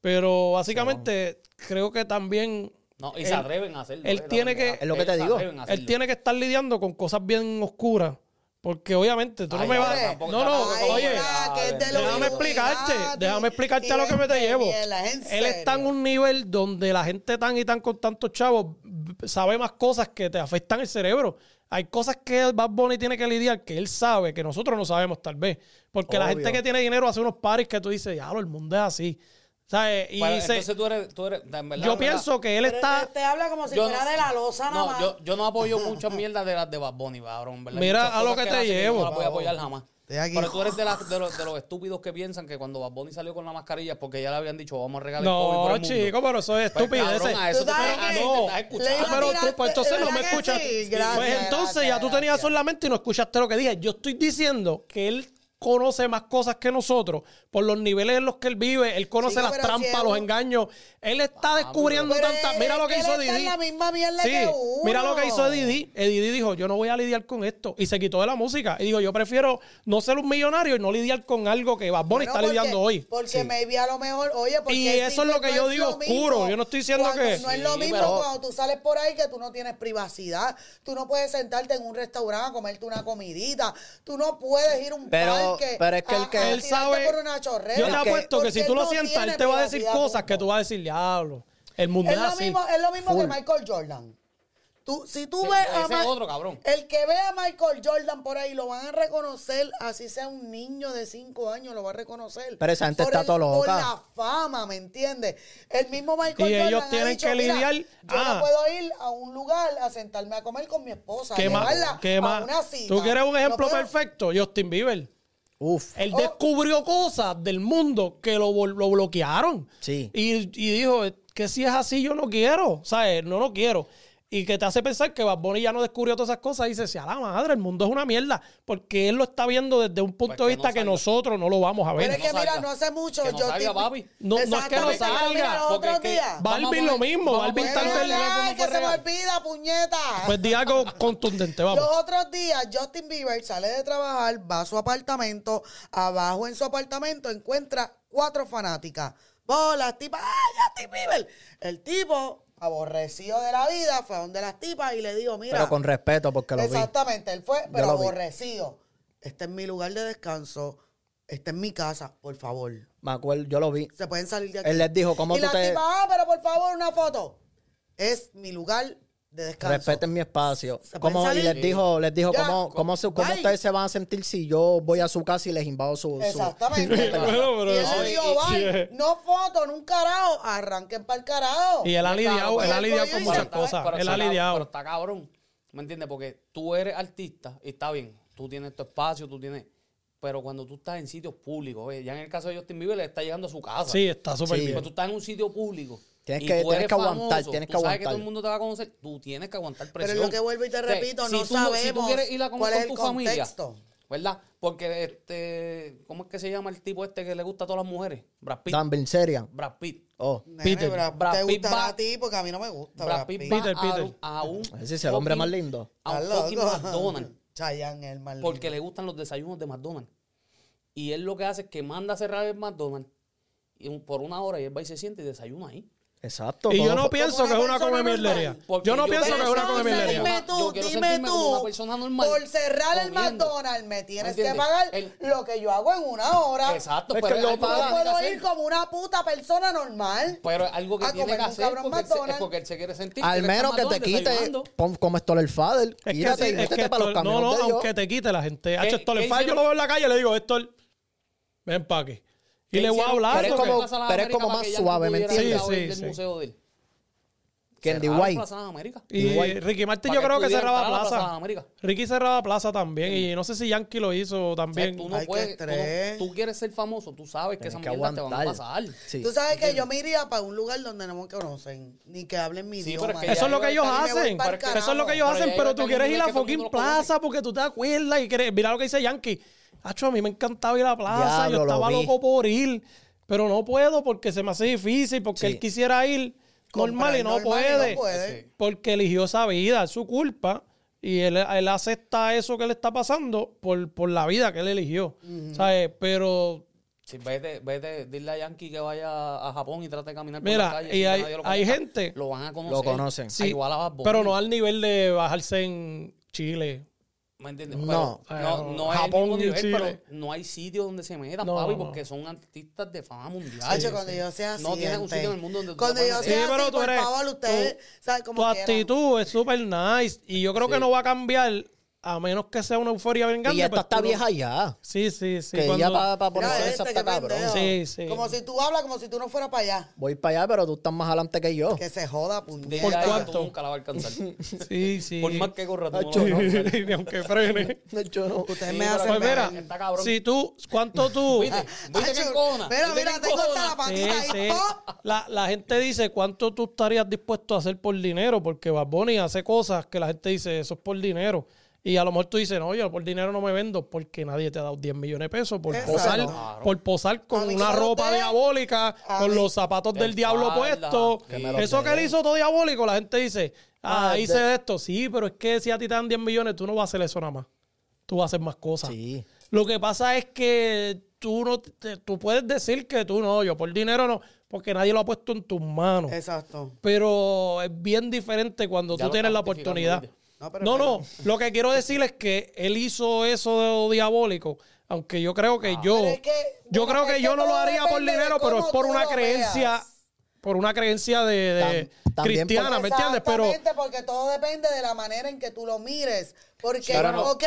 Speaker 1: Pero básicamente creo que también
Speaker 2: No, y se atreven a hacerlo.
Speaker 1: él
Speaker 2: eh, la
Speaker 1: tiene
Speaker 2: verdad.
Speaker 1: que-
Speaker 4: Es lo que te
Speaker 2: Ellos se
Speaker 4: digo.
Speaker 2: atreven a
Speaker 1: él
Speaker 2: hacerlo.
Speaker 1: tiene que estar lidiando con cosas bien oscuras Porque obviamente tú
Speaker 2: Ay,
Speaker 1: no me
Speaker 2: ahora
Speaker 1: vas.
Speaker 2: tampoco-
Speaker 1: No, no,
Speaker 2: tampoco como
Speaker 1: oye.
Speaker 2: que- ah,
Speaker 3: que es de los
Speaker 1: Déjame explicarte,
Speaker 3: Illuminati,
Speaker 1: déjame explicarte a lo que me te
Speaker 3: gente
Speaker 1: llevo.
Speaker 3: mierda, es en
Speaker 1: Él está en
Speaker 3: serio.
Speaker 1: un nivel donde la gente tan y tan con tantos chavos b- sabe más cosas que te afectan el cerebro. Hay cosas que el Bad Bunny tiene que lidiar que él sabe, que nosotros no sabemos tal vez. Porque la
Speaker 4: Obvio.
Speaker 1: gente que tiene dinero hace unos paris que tú dices, ya, el mundo es así. ¿Sabes? Y
Speaker 2: Pero
Speaker 1: se-
Speaker 2: entonces tú eres, tú eres- en verdad, en
Speaker 1: yo
Speaker 2: verdad,
Speaker 1: pienso que él
Speaker 3: Pero este
Speaker 1: está...
Speaker 3: Te habla como si
Speaker 2: yo
Speaker 3: fuera
Speaker 2: no-
Speaker 3: de la losa nada
Speaker 2: No,
Speaker 3: más.
Speaker 2: yo, yo no apoyo muchas mierdas de las de Bad Bunny, cabrón, ¿verdad? Hay
Speaker 1: Mira
Speaker 2: muchas
Speaker 1: a lo
Speaker 2: cosas
Speaker 1: que
Speaker 2: él
Speaker 1: te
Speaker 2: hace que
Speaker 1: llevo.
Speaker 2: No la voy a apoyar jamás.
Speaker 5: Estoy aquí.
Speaker 2: Pero tú eres de, las- de los, de los estúpidos que piensan que cuando Bad Bunny salió con la mascarilla es porque ya le habían dicho vamos a regalar COVID por
Speaker 1: No,
Speaker 2: el mundo.
Speaker 1: chico, pero eso es
Speaker 2: Pues,
Speaker 1: estupidez.
Speaker 2: cabrón, a eso
Speaker 3: Tú
Speaker 2: te-
Speaker 3: sabes
Speaker 2: a
Speaker 3: que
Speaker 2: eso te
Speaker 1: no,
Speaker 2: estás
Speaker 3: le iba
Speaker 2: escuchando.
Speaker 3: a
Speaker 1: pero tú,
Speaker 3: tirar-
Speaker 1: pues entonces no
Speaker 3: ¿verdad
Speaker 1: me
Speaker 3: que
Speaker 1: escuchas.
Speaker 3: sí? Gracias,
Speaker 1: pues entonces
Speaker 3: gracias,
Speaker 1: ya tú tenías eso en la mente y no escuchaste lo que dije. Yo estoy diciendo que él conoce más cosas que nosotros por los niveles en los que él vive. Él conoce
Speaker 3: Chico,
Speaker 1: las
Speaker 3: pero
Speaker 1: trampas,
Speaker 3: si es
Speaker 1: los
Speaker 3: un-
Speaker 1: engaños. Él está descubriendo
Speaker 3: Pero
Speaker 1: tantas.
Speaker 3: es-
Speaker 1: Mira lo
Speaker 3: es
Speaker 1: que hizo
Speaker 3: él está en
Speaker 1: Didi.
Speaker 3: la misma mierda
Speaker 1: Sí,
Speaker 3: que uno.
Speaker 1: mira lo que hizo Didi. Eh, Didi dijo, yo no voy a lidiar con esto. Y se quitó de la música. Y dijo, yo prefiero no ser un millonario y no lidiar con algo que Bad Bunny
Speaker 3: Bueno,
Speaker 1: está
Speaker 3: porque-
Speaker 1: lidiando hoy.
Speaker 3: Porque maybe a lo mejor, oye, porque
Speaker 1: Y
Speaker 3: el
Speaker 1: eso es
Speaker 3: tipo
Speaker 1: lo que
Speaker 3: no
Speaker 1: yo
Speaker 3: es
Speaker 1: digo
Speaker 3: lo mismo
Speaker 1: oscuro, yo no estoy diciendo
Speaker 3: cuando-
Speaker 1: que-
Speaker 3: No es lo
Speaker 2: Sí,
Speaker 3: mismo
Speaker 2: pero-
Speaker 3: cuando tú sales por ahí que tú no tienes privacidad. Tú no puedes sentarte en un restaurante a comerte una comidita. Tú no puedes ir a un
Speaker 4: Pero-
Speaker 3: parque.
Speaker 4: pero es que
Speaker 3: a-
Speaker 4: el que-
Speaker 3: a
Speaker 1: Él
Speaker 3: tirarte
Speaker 1: sabe-
Speaker 3: por una chorrera.
Speaker 1: Yo te
Speaker 4: Porque-
Speaker 1: apuesto que
Speaker 3: Porque
Speaker 1: si tú lo
Speaker 3: no
Speaker 1: sientas,
Speaker 3: tiene
Speaker 1: él te va a decir
Speaker 3: privacidad,
Speaker 1: cosas que
Speaker 3: punto.
Speaker 1: tú vas a decir, diablo. El mundo es,
Speaker 3: Es lo
Speaker 1: así.
Speaker 3: mismo, es lo mismo que
Speaker 4: Full.
Speaker 3: Michael Jordan. Tú, si tú
Speaker 2: Sí,
Speaker 3: ves
Speaker 2: ese
Speaker 3: a
Speaker 2: es
Speaker 3: Ma-
Speaker 2: otro, cabrón.
Speaker 3: El que ve a Michael Jordan por ahí lo van a reconocer, así sea un niño de 5 años, lo va a reconocer.
Speaker 4: Pero esa gente
Speaker 3: Por
Speaker 4: está
Speaker 3: el-
Speaker 4: todo
Speaker 3: Por
Speaker 4: loca.
Speaker 3: la fama, ¿me entiendes? El mismo Michael
Speaker 1: Y
Speaker 3: Jordan.
Speaker 1: ellos
Speaker 3: ha
Speaker 1: tienen
Speaker 3: dicho,
Speaker 1: que
Speaker 3: "Mira,
Speaker 1: lidiar-
Speaker 3: Yo
Speaker 1: Ah.
Speaker 3: no puedo ir a un lugar a sentarme a comer con mi esposa.
Speaker 1: ¿Qué
Speaker 3: a
Speaker 1: más?
Speaker 3: llevarla
Speaker 1: ¿Qué
Speaker 3: a
Speaker 1: más?
Speaker 3: una cita.
Speaker 1: ¿Tú quieres un
Speaker 3: No
Speaker 1: ejemplo
Speaker 3: puedo-
Speaker 1: perfecto? Justin Bieber.
Speaker 4: Uf.
Speaker 1: Él
Speaker 3: Oh.
Speaker 1: descubrió cosas del mundo que lo, bol- lo bloquearon.
Speaker 4: Sí.
Speaker 1: Y, y dijo, que si es así yo no quiero. ¿Sabes? No lo quiero. Y que te hace pensar que Bad Bunny ya no descubrió todas esas cosas y dice, sea la madre, el mundo es una mierda. Porque él lo está viendo desde un punto
Speaker 2: Pues que
Speaker 1: de vista
Speaker 2: no
Speaker 1: que,
Speaker 2: salga.
Speaker 1: nosotros no lo vamos a ver.
Speaker 3: Pero es
Speaker 2: no
Speaker 3: que mira,
Speaker 2: salga.
Speaker 3: no hace mucho.
Speaker 2: Que no
Speaker 3: yo
Speaker 2: salga,
Speaker 3: te-
Speaker 2: papi.
Speaker 1: No- no es que no
Speaker 3: Exactamente,
Speaker 1: salga,
Speaker 3: mira, los
Speaker 2: porque
Speaker 3: otros
Speaker 2: es que-
Speaker 3: días.
Speaker 2: Va-
Speaker 1: Balvin
Speaker 2: Vamos a
Speaker 1: lo
Speaker 2: poner-
Speaker 1: mismo.
Speaker 2: vamos a
Speaker 1: Balvin
Speaker 2: poner
Speaker 1: tal
Speaker 2: el
Speaker 1: vez...
Speaker 2: teléfono
Speaker 3: Ay, que
Speaker 2: por
Speaker 3: se me
Speaker 2: real.
Speaker 3: olvida, puñeta.
Speaker 1: Pues di algo contundente, vamos.
Speaker 3: Los otros días, Justin Bieber sale de trabajar, va a su apartamento, abajo en su apartamento encuentra cuatro fanáticas. Bolas, tipas, ¡ay, Justin Bieber! El tipo, aborrecido de la vida, fue a donde las tipas y le dijo, mira,
Speaker 4: Pero con respeto, porque lo vi.
Speaker 3: exactamente, él fue, pero
Speaker 4: lo vi.
Speaker 3: aborrecido. Este es mi lugar de descanso, este es mi casa, por favor.
Speaker 4: Me acuerdo, yo lo vi.
Speaker 3: Se pueden salir de aquí.
Speaker 4: Él les dijo, ¿cómo
Speaker 3: y
Speaker 4: tú
Speaker 3: la
Speaker 4: te-
Speaker 3: tipa, ah, pero por favor, una foto. Es mi lugar de descanso.
Speaker 4: Respeten mi espacio.
Speaker 3: ¿Se pueden
Speaker 4: Como, y
Speaker 3: salir?
Speaker 4: les dijo, les dijo,
Speaker 3: Ya.
Speaker 4: ¿cómo, cómo, se- cómo
Speaker 3: Bye.
Speaker 4: ustedes se van a sentir si yo voy a su casa y les invado su... su-
Speaker 3: Exactamente.
Speaker 1: Bueno, pero-
Speaker 3: y él le dijo,
Speaker 1: Sí,
Speaker 3: "Bye,
Speaker 1: eh.
Speaker 3: no footo, no un carajo, arranquen para el carajo.
Speaker 1: Y él ha
Speaker 2: Está
Speaker 1: lidiado,
Speaker 2: cabrón,
Speaker 1: él ha
Speaker 2: pero
Speaker 1: lidiado
Speaker 3: yo
Speaker 1: con
Speaker 3: hice-
Speaker 1: muchas
Speaker 2: está-
Speaker 1: cosas.
Speaker 2: pues, pero
Speaker 1: Él ha
Speaker 2: está- Pero
Speaker 1: lidiado.
Speaker 2: está cabrón. ¿Me entiendes? Porque tú eres artista y está bien. Tú tienes tu espacio, tú tienes. Pero cuando tú estás en sitios públicos, ¿ves? ya en el caso de Justin Bieber, le está llegando a su casa.
Speaker 1: Sí, está súper
Speaker 4: Sí.
Speaker 1: bien.
Speaker 2: Pero tú estás en un sitio público.
Speaker 4: Tienes
Speaker 2: y
Speaker 4: que-
Speaker 2: tú
Speaker 4: tienes
Speaker 2: eres
Speaker 4: que aguantar,
Speaker 2: famoso,
Speaker 4: tienes que
Speaker 2: tú sabes que
Speaker 4: aguantar.
Speaker 2: todo el mundo te va a conocer. Tú tienes que aguantar
Speaker 3: Pero es
Speaker 2: presión.
Speaker 3: lo que vuelvo y te
Speaker 2: O sea,
Speaker 3: repito, no
Speaker 2: tú Si tú
Speaker 3: sabemos
Speaker 2: quieres ir a comer
Speaker 3: cuál
Speaker 2: con
Speaker 3: es el
Speaker 2: tu familia,
Speaker 3: contexto.
Speaker 2: ¿verdad? Porque este, ¿cómo es que se llama el tipo este que le gusta a todas las mujeres? Brad Pitt.
Speaker 4: Dan Bilzerian.
Speaker 2: Brad Pitt.
Speaker 4: Oh.
Speaker 3: Nene,
Speaker 1: Peter,
Speaker 3: Brad-
Speaker 2: Brad
Speaker 3: te
Speaker 2: Pitt
Speaker 3: gustará
Speaker 2: va-
Speaker 3: a ti porque a mí no me gusta.
Speaker 2: Brad Pitt va
Speaker 1: Peter,
Speaker 2: a-
Speaker 1: Peter.
Speaker 2: A, un
Speaker 4: Ese es el hombre más
Speaker 2: fucking-
Speaker 4: lindo.
Speaker 2: A un
Speaker 3: Está
Speaker 2: fucking
Speaker 3: loco.
Speaker 2: McDonald's.
Speaker 3: Chayanne, el más
Speaker 2: Porque
Speaker 3: lindo.
Speaker 2: le gustan los desayunos de McDonald's. Y él lo que hace es que manda a cerrar el McDonald's y un- por una hora y él va y se siente y desayuna ahí.
Speaker 4: Exacto.
Speaker 1: Y
Speaker 4: todo
Speaker 1: yo no
Speaker 4: fue-
Speaker 1: pienso
Speaker 3: como
Speaker 1: que es
Speaker 3: una
Speaker 1: una
Speaker 3: persona
Speaker 1: come mierdería.
Speaker 3: normal.
Speaker 2: Porque
Speaker 1: Yo no
Speaker 2: yo-
Speaker 1: pienso que es
Speaker 2: Pero
Speaker 1: una
Speaker 2: no,
Speaker 1: come
Speaker 2: o sea,
Speaker 1: mierdería.
Speaker 3: dime tú,
Speaker 2: Yo quiero
Speaker 3: dime
Speaker 2: sentirme como
Speaker 3: tú,
Speaker 2: una persona normal
Speaker 3: por cerrar el
Speaker 2: comiendo.
Speaker 3: McDonald's me tienes que
Speaker 2: ¿Entiendes?
Speaker 3: pagar
Speaker 2: El-
Speaker 3: lo que yo hago en una hora.
Speaker 2: Exacto,
Speaker 4: Es que
Speaker 2: pero
Speaker 4: lo
Speaker 2: es algo que
Speaker 4: paga.
Speaker 3: No
Speaker 2: tiene que
Speaker 3: puedo
Speaker 2: hacer.
Speaker 3: ir como una puta persona normal.
Speaker 2: Pero es algo que
Speaker 3: a
Speaker 2: tiene
Speaker 3: comer
Speaker 2: que
Speaker 3: un
Speaker 2: hacer
Speaker 3: cabrón
Speaker 2: porque él, se, es
Speaker 3: McDonald's.
Speaker 2: porque él se quiere sentir.
Speaker 4: Al
Speaker 2: está en
Speaker 4: menos que te
Speaker 2: McDonald's
Speaker 4: quite,
Speaker 2: desayunando.
Speaker 4: pon, como esto el father,
Speaker 1: Es que
Speaker 4: quírate
Speaker 1: sí,
Speaker 4: y
Speaker 1: es
Speaker 4: métete
Speaker 1: que
Speaker 4: para los
Speaker 1: esto-
Speaker 4: camiones
Speaker 1: No, no,
Speaker 4: de ellos.
Speaker 1: aunque te quite la gente. Hacho, esto
Speaker 2: qué
Speaker 1: le falla. Yo
Speaker 2: hicieron?
Speaker 1: lo veo en la calle y le digo, Héctor, ven pa' aquí. Y
Speaker 2: ¿Qué
Speaker 1: le voy a
Speaker 2: hicieron?
Speaker 1: hablar.
Speaker 4: Pero es
Speaker 1: porque-
Speaker 4: como-
Speaker 2: Plaza de
Speaker 4: pero es
Speaker 2: América
Speaker 4: como
Speaker 2: para
Speaker 4: más
Speaker 2: que ya no
Speaker 4: suave, ¿me
Speaker 2: pudiera
Speaker 1: entiendes?
Speaker 2: ir a ver
Speaker 1: Sí,
Speaker 2: del
Speaker 1: sí,
Speaker 2: museo de él.
Speaker 4: Candy
Speaker 2: Cerraron
Speaker 4: White.
Speaker 2: Plaza de América.
Speaker 1: Y Ricky Martin
Speaker 2: Para
Speaker 1: yo
Speaker 2: que
Speaker 1: creo que
Speaker 2: pudiera
Speaker 1: cerraba
Speaker 2: entrar a la Plaza de
Speaker 1: plaza.
Speaker 2: América.
Speaker 1: Ricky cerraba plaza también. Y no sé si Yankee lo hizo
Speaker 2: O sea,
Speaker 1: también.
Speaker 2: tú no
Speaker 3: Ay, qué
Speaker 2: puedes, tú, no-
Speaker 3: estrés.
Speaker 2: tú quieres ser famoso, tú sabes que
Speaker 4: Tienes
Speaker 2: esas
Speaker 4: que
Speaker 2: mierdas te van a
Speaker 4: aguantar.
Speaker 2: pasar.
Speaker 4: Sí.
Speaker 3: Tú sabes que yo me iría para un lugar donde no me conocen, ni que hablen mi
Speaker 2: Sí,
Speaker 3: idioma.
Speaker 2: pero es que
Speaker 3: ni
Speaker 1: Eso es lo que ellos
Speaker 3: me voy
Speaker 1: hacen.
Speaker 3: pa'l
Speaker 2: Porque-
Speaker 1: Eso es lo que ellos
Speaker 2: Pero ya
Speaker 1: hacen,
Speaker 2: iba a
Speaker 1: pero
Speaker 2: estar
Speaker 1: tú
Speaker 2: en
Speaker 1: quieres
Speaker 2: un
Speaker 1: ir a
Speaker 2: lugar que todo el
Speaker 1: fucking
Speaker 2: mundo lo conoce.
Speaker 1: plaza porque tú te acuerdas y quieres. Mira lo que dice Yankee. Hacho, a mí me encantaba ir a la plaza.
Speaker 4: Diablo,
Speaker 1: yo
Speaker 4: lo
Speaker 1: estaba
Speaker 4: vi.
Speaker 1: loco por ir, pero no puedo porque se me hace difícil, porque
Speaker 4: Sí.
Speaker 1: él quisiera ir normal y no
Speaker 3: Comprar normal y
Speaker 1: puede.
Speaker 3: no puede.
Speaker 2: Sí.
Speaker 1: Porque eligió esa vida, es su culpa. Y él, él acepta eso que le está pasando por, por la vida que él eligió. ¿Sabes? Pero
Speaker 2: Sí, vete, vete, dile a Yankee que vaya a Japón y trate de caminar
Speaker 1: Mira,
Speaker 2: por la calle.
Speaker 1: y
Speaker 2: sin que
Speaker 1: hay-
Speaker 2: nadie lo
Speaker 1: hay
Speaker 2: conozca.
Speaker 1: gente-
Speaker 2: Lo van a conocer.
Speaker 4: Ah, Lo conocen.
Speaker 1: Sí,
Speaker 2: Igual a Bad Bunny.
Speaker 1: pero no al nivel de bajarse en Chile.
Speaker 2: ¿Me entiendes?
Speaker 4: No.
Speaker 2: Pero no, no es el
Speaker 1: Japón
Speaker 2: mismo
Speaker 1: y
Speaker 2: nivel,
Speaker 1: Chile.
Speaker 2: pero no hay sitio donde se metan,
Speaker 1: No,
Speaker 2: papi,
Speaker 1: no.
Speaker 2: porque son artistas de fama mundial.
Speaker 3: Hacho, cuando yo sea así.
Speaker 2: No tienes un sitio en el mundo donde tú
Speaker 3: Cuando
Speaker 2: te
Speaker 3: yo
Speaker 2: puedas
Speaker 1: Sí,
Speaker 3: sea
Speaker 1: pero
Speaker 3: así,
Speaker 1: tú
Speaker 3: por
Speaker 1: eres-
Speaker 3: favor, ustedes saben
Speaker 1: Tu
Speaker 3: cómo
Speaker 1: actitud es súper nice y yo creo que
Speaker 2: Sí.
Speaker 1: no va a cambiar a menos que sea una euforia bien grande.
Speaker 4: Y esta
Speaker 1: pues
Speaker 4: está
Speaker 1: tú no-
Speaker 4: vieja ya.
Speaker 1: Sí, sí, sí.
Speaker 4: que
Speaker 1: cuando-
Speaker 4: ya para ponerse
Speaker 3: Mira
Speaker 4: esa
Speaker 3: este, qué
Speaker 4: está cabrón.
Speaker 3: pendejo.
Speaker 1: Sí, sí.
Speaker 3: Como si tú hablas como si tú no fueras para allá.
Speaker 4: Voy para allá, pero tú estás más adelante que yo.
Speaker 3: Que se joda,
Speaker 2: De
Speaker 3: puñeta.
Speaker 1: ¿Por
Speaker 2: allá
Speaker 1: cuánto?
Speaker 2: tú nunca la vas a alcanzar.
Speaker 1: Sí, sí.
Speaker 2: Por más que corra, tú no
Speaker 4: Hacho,
Speaker 2: lo vas a alcanzar.
Speaker 1: Ni aunque frene.
Speaker 4: Yo no.
Speaker 3: Ustedes
Speaker 2: Sí,
Speaker 3: me
Speaker 2: pero
Speaker 3: hacen
Speaker 1: Pues
Speaker 3: ver.
Speaker 1: mira,
Speaker 2: Está cabrón.
Speaker 1: si tú, ¿cuánto tú?
Speaker 2: Viste, viste que
Speaker 3: Hacho,
Speaker 2: encojona,
Speaker 3: Mira,
Speaker 2: viste que
Speaker 3: mira, tengo hasta la
Speaker 2: encojona.
Speaker 1: Sí,
Speaker 3: patita
Speaker 1: sí.
Speaker 3: ahí. ¡pop!
Speaker 1: La, la gente dice cuánto tú estarías dispuesto a hacer por dinero, porque Bad Bunny hace cosas que la gente dice, eso es por dinero. Y a lo mejor tú dices, no, yo por dinero no me vendo, porque nadie te ha dado 10 millones de pesos por
Speaker 3: Exacto.
Speaker 1: posar, por posar con
Speaker 3: Amigo,
Speaker 1: una
Speaker 3: ¿sabe
Speaker 1: ropa
Speaker 3: usted?
Speaker 1: diabólica,
Speaker 3: A
Speaker 1: con
Speaker 3: mí.
Speaker 1: los zapatos del
Speaker 2: De
Speaker 1: diablo
Speaker 2: espalda.
Speaker 1: puestos.
Speaker 2: Que
Speaker 4: me los
Speaker 1: Eso que él
Speaker 4: dé.
Speaker 1: hizo todo diabólico, la gente dice, ah,
Speaker 4: Ah,
Speaker 1: hice
Speaker 4: de-
Speaker 1: esto. Sí, pero es que si a ti te dan 10 millones, tú no vas a hacer eso nada más. Tú vas a hacer más cosas.
Speaker 4: Sí.
Speaker 1: Lo que pasa es que tú no te- tú puedes decir que tú no, yo por dinero no, porque nadie lo ha puesto en tus manos.
Speaker 3: Exacto.
Speaker 1: Pero es bien diferente cuando
Speaker 2: Ya
Speaker 1: tú
Speaker 2: lo
Speaker 1: tienes la
Speaker 2: estamos
Speaker 1: oportunidad.
Speaker 2: tipificando,
Speaker 3: No, pero
Speaker 1: No, no, lo que quiero decir es que él hizo eso de- diabólico, aunque yo creo
Speaker 2: Ah.
Speaker 1: que yo
Speaker 3: Pero es que,
Speaker 1: yo
Speaker 3: bueno,
Speaker 1: creo que
Speaker 3: es
Speaker 1: yo
Speaker 3: que
Speaker 1: no lo
Speaker 3: todo
Speaker 1: haría por
Speaker 3: depende de
Speaker 1: dinero, pero es
Speaker 3: cómo
Speaker 1: por
Speaker 3: tú
Speaker 1: una
Speaker 3: lo
Speaker 1: creencia
Speaker 3: veas.
Speaker 1: por una creencia de, de
Speaker 4: Tam- también por-
Speaker 1: cristiana, ¿me entiendes? Pero
Speaker 3: Exactamente, porque todo depende de la manera en que tú lo mires. Porque,
Speaker 2: Sí, pero no-
Speaker 3: ok,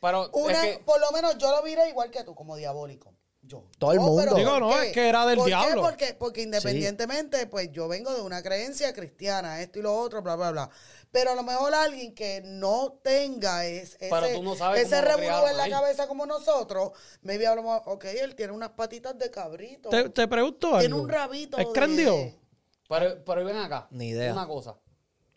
Speaker 2: pero
Speaker 3: una-
Speaker 2: es que-
Speaker 3: por lo menos yo lo miré igual que tú, como diabólico. Yo.
Speaker 4: Todo el
Speaker 3: Yo, pero
Speaker 4: mundo.
Speaker 3: ¿por
Speaker 1: Digo, no,
Speaker 3: qué?
Speaker 1: es que era del
Speaker 3: ¿Por qué?
Speaker 1: diablo.
Speaker 3: Porque, porque independientemente, pues yo vengo de una creencia cristiana, esto y lo otro, bla, bla, bla. Pero a lo mejor alguien que no tenga es-
Speaker 2: Pero
Speaker 3: ese,
Speaker 2: tú no sabes
Speaker 3: ese
Speaker 2: cómo lo
Speaker 3: revolú
Speaker 2: criaron
Speaker 3: en la
Speaker 2: ahí.
Speaker 3: cabeza como nosotros, maybe hablamos, ok, él tiene unas patitas de cabrito.
Speaker 1: te, te pregunto algo.
Speaker 3: tiene un rabito.
Speaker 1: ¿Es
Speaker 3: de-
Speaker 1: creen Dios?
Speaker 2: Pero, pero ven acá.
Speaker 4: Ni idea.
Speaker 2: Una cosa.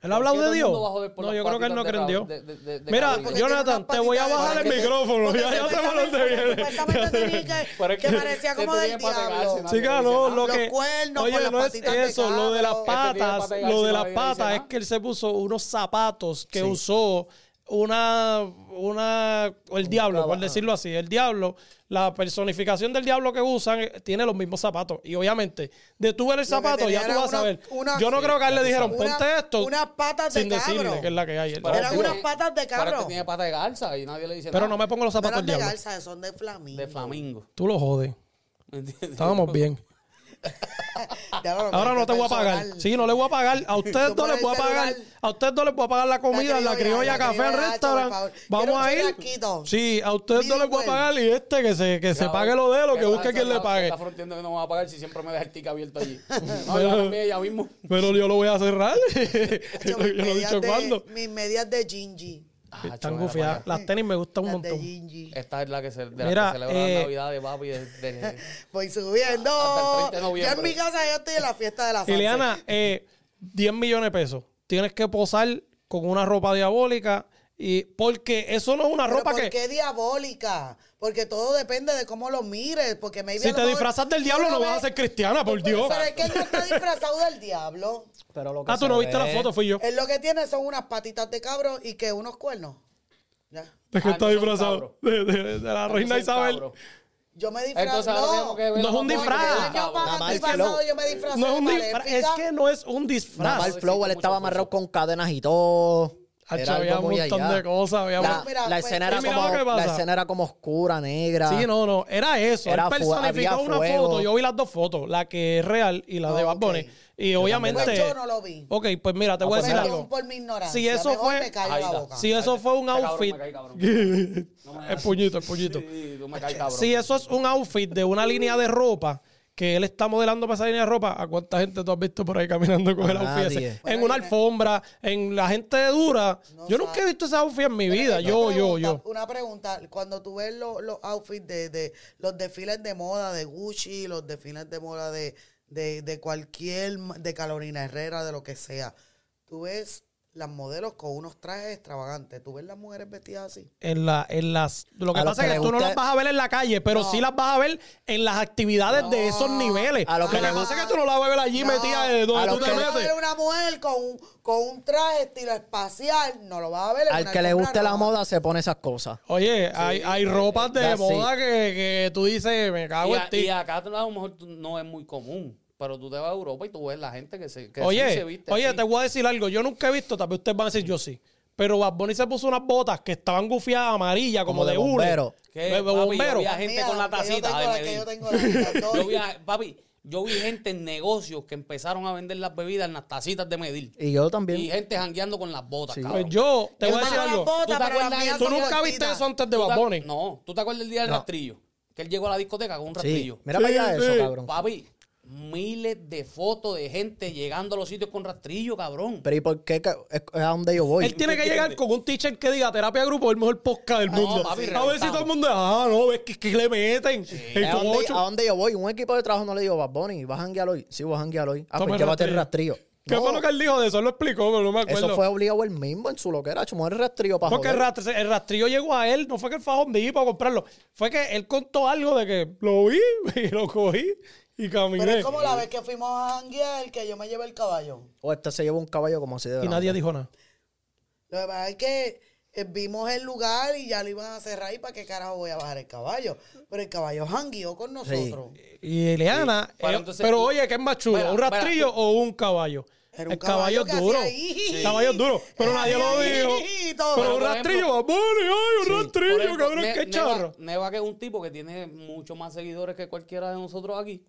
Speaker 1: ¿Él ha hablado
Speaker 2: ¿Por
Speaker 1: de
Speaker 2: qué todo el
Speaker 1: Dios?
Speaker 2: mundo va a joder por
Speaker 1: No,
Speaker 2: las
Speaker 1: yo creo que él no
Speaker 2: patitas
Speaker 1: cree en
Speaker 2: de
Speaker 1: Dios.
Speaker 2: rabo- de- de- de
Speaker 1: Mira,
Speaker 2: cabrón?
Speaker 3: Porque
Speaker 1: Jonathan,
Speaker 3: tiene unas
Speaker 1: te voy a
Speaker 3: patitas de
Speaker 1: bajar el
Speaker 3: porque-
Speaker 1: micrófono.
Speaker 3: porque
Speaker 1: Ya, ya sé por dónde
Speaker 3: supuestamente-
Speaker 1: viene.
Speaker 3: Supuestamente tenía
Speaker 2: Pero
Speaker 3: que,
Speaker 2: es
Speaker 3: que
Speaker 2: que
Speaker 3: parecía
Speaker 2: te
Speaker 3: como
Speaker 2: tenía
Speaker 3: del
Speaker 2: para pegarse,
Speaker 1: Chica,
Speaker 2: ¿no?
Speaker 3: diablo.
Speaker 2: Nadie dice
Speaker 1: no,
Speaker 2: nada.
Speaker 1: lo
Speaker 3: "Ah, Los
Speaker 1: que.
Speaker 3: cuernos
Speaker 1: oye,
Speaker 3: con las
Speaker 1: no es
Speaker 3: patitas de
Speaker 1: eso, lo de las
Speaker 3: cabro.
Speaker 2: Este tiene
Speaker 1: patas.
Speaker 2: patas de
Speaker 1: Lo de
Speaker 2: gallina,
Speaker 1: las
Speaker 2: nadie dice
Speaker 1: patas es
Speaker 3: ah.
Speaker 2: nada.
Speaker 1: que él se puso unos zapatos que usó una. una el diablo, por decirlo así. El diablo, la personificación del diablo que usan eh, tiene los mismos zapatos. Y obviamente, de tú ver el
Speaker 3: que
Speaker 1: zapato,
Speaker 3: tenía
Speaker 1: ya tú
Speaker 3: era
Speaker 1: vas a
Speaker 3: una-
Speaker 1: ver.
Speaker 3: una-
Speaker 1: Yo no creo que a él le dijeron,
Speaker 3: una-
Speaker 1: ponte esto.
Speaker 3: unas patas de
Speaker 1: Sin decirle
Speaker 3: cabro.
Speaker 1: que es la que hay.
Speaker 2: Pero
Speaker 3: Eran
Speaker 2: este
Speaker 3: unas
Speaker 2: tiene-
Speaker 3: patas de
Speaker 2: Pero
Speaker 3: cabro.
Speaker 2: este tiene patas de garza y nadie le dice
Speaker 1: Pero
Speaker 2: nada.
Speaker 1: no me pongo los
Speaker 3: No
Speaker 1: zapatos
Speaker 3: eran
Speaker 1: del
Speaker 3: de
Speaker 1: diablo.
Speaker 3: garza, son de flamingo.
Speaker 2: De flamingo.
Speaker 1: Tú lo jodes.
Speaker 2: ¿Me entiendes?
Speaker 1: Estábamos bien.
Speaker 3: Ya lo
Speaker 1: Ahora no te voy a
Speaker 3: personal.
Speaker 1: pagar. Sí, no le voy a pagar. A ustedes
Speaker 3: Toma
Speaker 1: no les
Speaker 3: el
Speaker 1: voy a pagar.
Speaker 3: celular.
Speaker 1: A ustedes no les voy a pagar la comida, la
Speaker 3: La criolla,
Speaker 1: criolla,
Speaker 3: la
Speaker 1: café, al
Speaker 3: criolla, por
Speaker 1: restaurante.
Speaker 3: favor. Quiero
Speaker 1: Vamos
Speaker 3: un
Speaker 1: a ir.
Speaker 3: churrasquito.
Speaker 1: Sí, a ustedes no
Speaker 3: Mini
Speaker 1: les voy a
Speaker 3: World.
Speaker 1: pagar y este que se, que se
Speaker 2: Cabrón,
Speaker 1: pague lo de lo, que
Speaker 2: pero
Speaker 1: busque
Speaker 2: está-
Speaker 1: quien le
Speaker 2: está-
Speaker 1: pague.
Speaker 2: Está fronteando que no me va a pagar si siempre me deja el tic abierto allí. No, yo la cambié ella mismo.
Speaker 1: Pero yo lo voy a cerrar.
Speaker 3: Yo
Speaker 1: Yo
Speaker 3: mis
Speaker 1: no he
Speaker 3: medias
Speaker 1: dicho
Speaker 3: de-
Speaker 1: cuándo.
Speaker 3: Mis medias de Gingy.
Speaker 2: Ah,
Speaker 1: Están
Speaker 2: chumera,
Speaker 1: gufiadas.
Speaker 2: para allá.
Speaker 1: Las tenis me gustan un
Speaker 3: Las de
Speaker 1: montón. Eh,
Speaker 3: Gingy.
Speaker 2: Esta es la que, se, de la
Speaker 1: Mira,
Speaker 2: que celebra
Speaker 1: eh,
Speaker 2: la Navidad de papi. De, de-
Speaker 3: Voy subiendo.
Speaker 2: Hasta el 30 de
Speaker 3: Yo en
Speaker 2: noviembre.
Speaker 3: mi casa ya estoy en la fiesta de la salsa.
Speaker 1: Ileana, eh, 10 millones de pesos. Tienes que posar con una ropa diabólica. y Porque eso no es una
Speaker 3: Pero
Speaker 1: ropa
Speaker 3: ¿por
Speaker 1: que.
Speaker 3: qué diabólica? Porque todo depende de cómo lo mires. Porque maybe
Speaker 1: Si
Speaker 3: a lo
Speaker 1: te
Speaker 3: mejor
Speaker 1: disfrazas del
Speaker 3: tú
Speaker 1: diablo,
Speaker 3: lo
Speaker 1: no vas
Speaker 3: ves-
Speaker 1: a ser cristiana, por
Speaker 3: Pero-
Speaker 1: Dios.
Speaker 3: Pero es que él no está disfrazado del diablo.
Speaker 4: Pero lo que
Speaker 1: Ah, tú
Speaker 4: se
Speaker 1: no viste la
Speaker 4: ve-
Speaker 1: foto, fui yo.
Speaker 3: Él lo que tiene son unas patitas de cabro y que unos cuernos. Ya.
Speaker 1: ¿De qué está
Speaker 2: Ah, no son
Speaker 1: disfrazado?
Speaker 2: cabros.
Speaker 1: De, de- de la reina
Speaker 2: Ese
Speaker 1: Isabel.
Speaker 2: cabro.
Speaker 3: Yo me disfrazo.
Speaker 2: Entonces ahora
Speaker 3: No,
Speaker 2: tenemos que ver
Speaker 1: No es
Speaker 2: los
Speaker 1: un
Speaker 2: papeles
Speaker 1: disfraz.
Speaker 2: del cabro.
Speaker 3: Yo
Speaker 4: Nada
Speaker 3: para
Speaker 4: más
Speaker 3: el
Speaker 4: el
Speaker 3: pasado
Speaker 4: flow.
Speaker 3: yo me disfrazé
Speaker 1: No es un
Speaker 3: de
Speaker 1: disfraz. Es
Speaker 3: maléfica.
Speaker 1: que no es un
Speaker 4: Nada más
Speaker 1: disfraz.
Speaker 4: el flow, él estaba amarrado con cadenas y todo.
Speaker 1: Hacho,
Speaker 4: Era
Speaker 1: había
Speaker 4: algo
Speaker 1: un
Speaker 4: muy
Speaker 1: montón
Speaker 4: allá.
Speaker 1: de cosas, había un-
Speaker 4: La,
Speaker 3: Mira,
Speaker 4: la
Speaker 3: pues,
Speaker 4: escena
Speaker 1: y
Speaker 4: era
Speaker 1: mira lo que
Speaker 4: como,
Speaker 1: pasa.
Speaker 4: la escena era como oscura, negra.
Speaker 1: Sí, no, no, era eso.
Speaker 4: Era
Speaker 1: Él
Speaker 4: fu- había
Speaker 1: personificó una
Speaker 4: fuego.
Speaker 1: foto. Yo vi las dos fotos, la que es real y la de Bad Bunny.
Speaker 3: Ok.
Speaker 1: Y obviamente.
Speaker 3: Pues yo no lo vi.
Speaker 1: Ok, pues mira, te voy a
Speaker 4: pues
Speaker 1: decir
Speaker 4: mira.
Speaker 1: algo.
Speaker 3: Perdón por mi ignorancia.
Speaker 1: Si eso
Speaker 3: Mejor
Speaker 1: fue-
Speaker 3: me callo
Speaker 2: Ahí
Speaker 3: la
Speaker 2: está.
Speaker 3: boca.
Speaker 1: Si eso fue un
Speaker 2: Este cabrón
Speaker 1: outfit.
Speaker 2: me cae, cabrón. No me
Speaker 1: El puñito, el puñito.
Speaker 2: Sí, tú me caes, cabrón.
Speaker 1: Si eso es un outfit de una línea de ropa que él está modelando para esa línea de ropa, ¿a cuánta gente tú has visto por ahí caminando con el
Speaker 4: A
Speaker 1: outfit ese?
Speaker 4: nadie.
Speaker 1: En una alfombra, en la gente de dura.
Speaker 3: No
Speaker 1: yo nunca he
Speaker 3: sabe.
Speaker 1: visto ese outfit en mi
Speaker 3: Pero
Speaker 1: vida.
Speaker 3: una
Speaker 1: Yo, yo, yo.
Speaker 3: pregunta, Una pregunta, cuando tú ves lo- los outfits de, de- los desfiles de moda de Gucci, los desfiles de moda de, de, de cualquier, ma- de Carolina Herrera, de lo que sea, tú ves las modelos con unos trajes extravagantes, tú ves las mujeres vestidas así.
Speaker 1: En, la, en las. Lo que
Speaker 4: A los
Speaker 1: pasa
Speaker 4: que
Speaker 1: es que
Speaker 4: les
Speaker 1: tú no
Speaker 4: gusta-
Speaker 1: las vas a ver en la calle, pero sí las vas a ver en las actividades de esos niveles.
Speaker 4: A
Speaker 1: lo
Speaker 4: los
Speaker 1: que,
Speaker 4: que les
Speaker 1: pasa es que tú no las vas a ver allí
Speaker 3: No.
Speaker 1: metida de
Speaker 4: A
Speaker 1: donde
Speaker 4: los
Speaker 1: tú te
Speaker 4: que-
Speaker 3: Vas a ver
Speaker 1: metes.
Speaker 3: una mujer con un, con un traje estilo espacial, no lo vas a ver. en
Speaker 4: Al
Speaker 3: una
Speaker 4: que le
Speaker 3: alfombra
Speaker 4: guste la
Speaker 3: roja.
Speaker 4: moda se pone esas cosas.
Speaker 1: Oye, hay,
Speaker 4: eh,
Speaker 1: hay ropas de
Speaker 4: That's it.
Speaker 1: moda que, que tú dices, me
Speaker 2: Y,
Speaker 1: cago
Speaker 2: a-
Speaker 1: en ti.
Speaker 2: y acá a lo mejor tú- no es muy común, pero tú te vas a Europa y tú ves la gente que se, que sí
Speaker 1: Oye,
Speaker 2: se viste.
Speaker 1: oye,
Speaker 2: así.
Speaker 1: te voy a decir algo. Yo nunca he visto, tal vez ustedes van a decir yo sí. Pero Bad Bunny se puso unas botas que estaban gufiadas amarillas como,
Speaker 4: Como de
Speaker 1: de, hule.
Speaker 4: bombero.
Speaker 2: ¿Qué,
Speaker 1: De- de
Speaker 2: papi?
Speaker 1: bombero.
Speaker 2: Yo vi a gente
Speaker 3: Mira,
Speaker 2: con la
Speaker 3: que yo
Speaker 2: tacita.
Speaker 3: tengo
Speaker 2: de
Speaker 3: la-
Speaker 2: medir.
Speaker 3: que yo tengo la- las dos.
Speaker 2: Yo vi a- papi, yo vi gente en negocios que empezaron a vender las bebidas en las tacitas de medir.
Speaker 4: Y yo también.
Speaker 2: Y gente jangueando con las botas,
Speaker 4: Sí.
Speaker 1: Pues
Speaker 2: cabrón.
Speaker 1: yo te
Speaker 3: Yo
Speaker 1: voy a decir
Speaker 3: tengo las
Speaker 1: algo.
Speaker 3: botas,
Speaker 2: ¿Tú te
Speaker 3: pero las
Speaker 2: acuerdas?
Speaker 3: mías
Speaker 1: Tú
Speaker 3: son
Speaker 1: nunca
Speaker 3: cortitas.
Speaker 1: viste eso antes de
Speaker 2: ¿Tú te-
Speaker 1: Bad Bunny.
Speaker 2: No, ¿tú te acuerdas del día del
Speaker 4: No.
Speaker 2: rastrillo? Que él llegó a la discoteca con un
Speaker 4: Sí.
Speaker 2: rastrillo.
Speaker 4: Mira
Speaker 1: Sí,
Speaker 4: para allá
Speaker 1: sí.
Speaker 4: eso, cabrón.
Speaker 2: Papi, miles de fotos de gente llegando a los sitios con rastrillo, cabrón.
Speaker 4: Pero ¿y por qué? ca- Es es a donde yo voy.
Speaker 1: Él tiene que llegar con un teacher que diga terapia de grupo es el mejor podcast del
Speaker 2: No,
Speaker 1: mundo.
Speaker 2: papi,
Speaker 1: a ver si
Speaker 2: reventado.
Speaker 1: todo el mundo, ah, no, ves que, que le meten. El
Speaker 4: ¿A dónde,
Speaker 1: cocho.
Speaker 4: a dónde yo voy? Un equipo de trabajo no le digo, Bad Bunny, ¿vas a janguear hoy? Sí, vas a janguear hoy. Ah,
Speaker 1: Toma
Speaker 4: pues
Speaker 1: el
Speaker 4: llévate el
Speaker 1: rastrillo.
Speaker 4: rastrillo.
Speaker 1: ¿Qué
Speaker 4: No,
Speaker 1: fue lo que él dijo de eso? Él lo explicó, pero no me acuerdo.
Speaker 4: Eso fue obligado él mismo en su loquera, chumó el rastrillo para
Speaker 1: Porque el,
Speaker 4: joder.
Speaker 1: rastre- el rastrillo llegó a él, no fue que el fajón de para comprarlo. Fue que él contó algo de que lo vi y lo cogí y caminé.
Speaker 3: Pero es como la vez que fuimos a janguear que yo me llevé el caballo.
Speaker 4: O este se lleva un caballo como así de
Speaker 1: Y
Speaker 4: grande.
Speaker 1: nadie dijo nada.
Speaker 3: Lo que pasa es que eh, vimos el lugar y ya lo iban a cerrar y para qué carajo voy a bajar el caballo. Pero el caballo jangueó con nosotros.
Speaker 1: Y Eliana,
Speaker 2: Sí. Pero
Speaker 1: eh,
Speaker 2: entonces
Speaker 1: pero
Speaker 2: tú-
Speaker 1: oye, ¿qué es más chulo?
Speaker 2: Mira,
Speaker 1: ¿Un
Speaker 2: mira,
Speaker 1: rastrillo o un caballo?
Speaker 3: Era un
Speaker 1: el caballo,
Speaker 3: caballo que
Speaker 1: es duro.
Speaker 3: hacía ahí.
Speaker 1: El caballo es duro. Pero
Speaker 3: Era
Speaker 1: nadie lo
Speaker 3: ahí,
Speaker 1: dijo. Pero
Speaker 3: todo.
Speaker 2: Pero,
Speaker 1: un
Speaker 2: por
Speaker 1: rastrillo,
Speaker 2: ejemplo-
Speaker 1: va ay, un
Speaker 2: Sí.
Speaker 1: rastrillo,
Speaker 2: Por ejemplo,
Speaker 1: cabrón,
Speaker 2: Ne-
Speaker 1: qué
Speaker 2: Neva-
Speaker 1: charro.
Speaker 2: Neva, que es un tipo que tiene mucho más seguidores que cualquiera de nosotros aquí.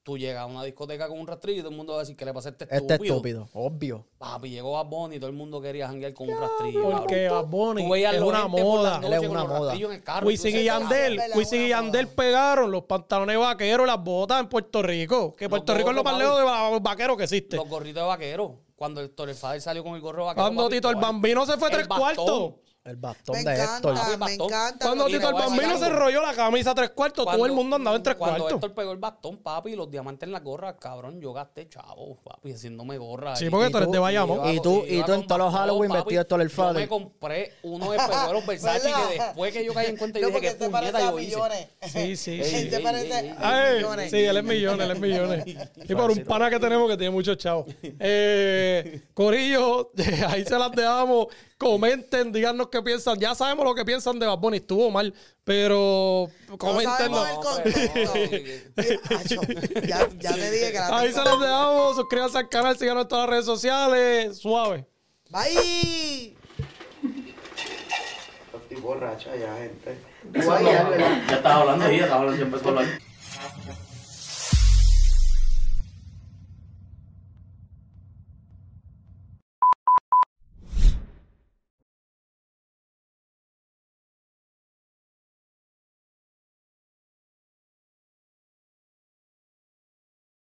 Speaker 2: Tú llegas a una discoteca con un rastrillo y todo el mundo va a decir que le pasa a este estúpido.
Speaker 4: Este estúpido, obvio.
Speaker 2: Papi, llegó a Bonnie y todo el mundo quería janguear con un rastrillo.
Speaker 1: Porque
Speaker 2: cabrón.
Speaker 1: Bad Bunny
Speaker 2: Tú veías
Speaker 1: es
Speaker 2: la
Speaker 1: una
Speaker 2: gente por la
Speaker 1: moda.
Speaker 2: noche
Speaker 4: Él es
Speaker 2: con
Speaker 4: una
Speaker 2: los
Speaker 4: moda.
Speaker 2: rastrillos en el carro.
Speaker 1: Wisin
Speaker 2: Tú
Speaker 1: y
Speaker 2: dices,
Speaker 1: Yandel,
Speaker 3: "Ah, es verdad,
Speaker 1: Wisin y
Speaker 3: una moda".
Speaker 1: Yandel pegaron los pantalones vaqueros, las botas en Puerto Rico. Que Puerto Rico es lo
Speaker 2: gorros,
Speaker 1: más lejos de va- vaquero que existe.
Speaker 2: Los gorritos de vaquero. Cuando el Torrefader salió con el gorro de vaquero.
Speaker 1: Cuando
Speaker 2: papi,
Speaker 1: Tito el
Speaker 2: ¿cuál?
Speaker 1: Bambino se fue
Speaker 2: El
Speaker 1: tres
Speaker 2: bastón.
Speaker 1: cuartos.
Speaker 4: El
Speaker 3: Me
Speaker 4: bastón de Héctor.
Speaker 3: encanta, me
Speaker 2: Bastón.
Speaker 3: encanta.
Speaker 1: Cuando
Speaker 3: lo que
Speaker 1: Tito el
Speaker 2: voy a decir
Speaker 1: Bambino se
Speaker 2: algo.
Speaker 1: enrolló la camisa tres cuartos, todo el mundo andaba en tres
Speaker 2: cuando
Speaker 1: cuartos.
Speaker 2: Héctor pegó el bastón, papi, y los diamantes en la gorra, cabrón, yo gasté chavo, papi, haciéndome gorra.
Speaker 1: Sí,
Speaker 2: ahí.
Speaker 1: porque
Speaker 4: Y
Speaker 1: tú eres
Speaker 4: tú-
Speaker 1: de Bayamón.
Speaker 2: iba
Speaker 4: Y
Speaker 2: con-
Speaker 4: tú- y
Speaker 2: iba
Speaker 4: tú en
Speaker 2: con
Speaker 4: todos los
Speaker 2: bastón,
Speaker 4: Halloween
Speaker 2: papi.
Speaker 4: vestido de Héctor el
Speaker 2: Yo me
Speaker 4: Father.
Speaker 2: compré uno de pegueros Versace
Speaker 3: ¿Verdad?
Speaker 2: que después que yo caí en cuenta, yo
Speaker 3: No,
Speaker 2: dije
Speaker 3: porque
Speaker 2: que
Speaker 3: te parece
Speaker 2: puñeta
Speaker 3: a
Speaker 2: yo hice.
Speaker 3: millones.
Speaker 1: Sí, sí.
Speaker 2: Ey,
Speaker 3: Él se
Speaker 2: ey,
Speaker 3: parece
Speaker 2: ey, ey.
Speaker 3: a
Speaker 1: Ay,
Speaker 3: millones.
Speaker 1: sí, él es millones, él es millones. Y por un pana que tenemos que tiene muchos chavos. Eh, Corillo, ahí se las dejamos. Comenten, díganos qué piensan. Ya sabemos lo que piensan de Bad Bunny. Estuvo mal, pero comenten.
Speaker 3: sabemos el contexto. Acho, ya, ya te dije que la
Speaker 1: Ahí se
Speaker 3: tengo.
Speaker 1: las dejamos. Suscríbanse al canal, síganos en todas las redes sociales. Suave.
Speaker 3: Bye.
Speaker 5: Estoy borracho ya, gente.
Speaker 6: Ya estaba hablando ahí, estaba hablando, ya empezó a hablar.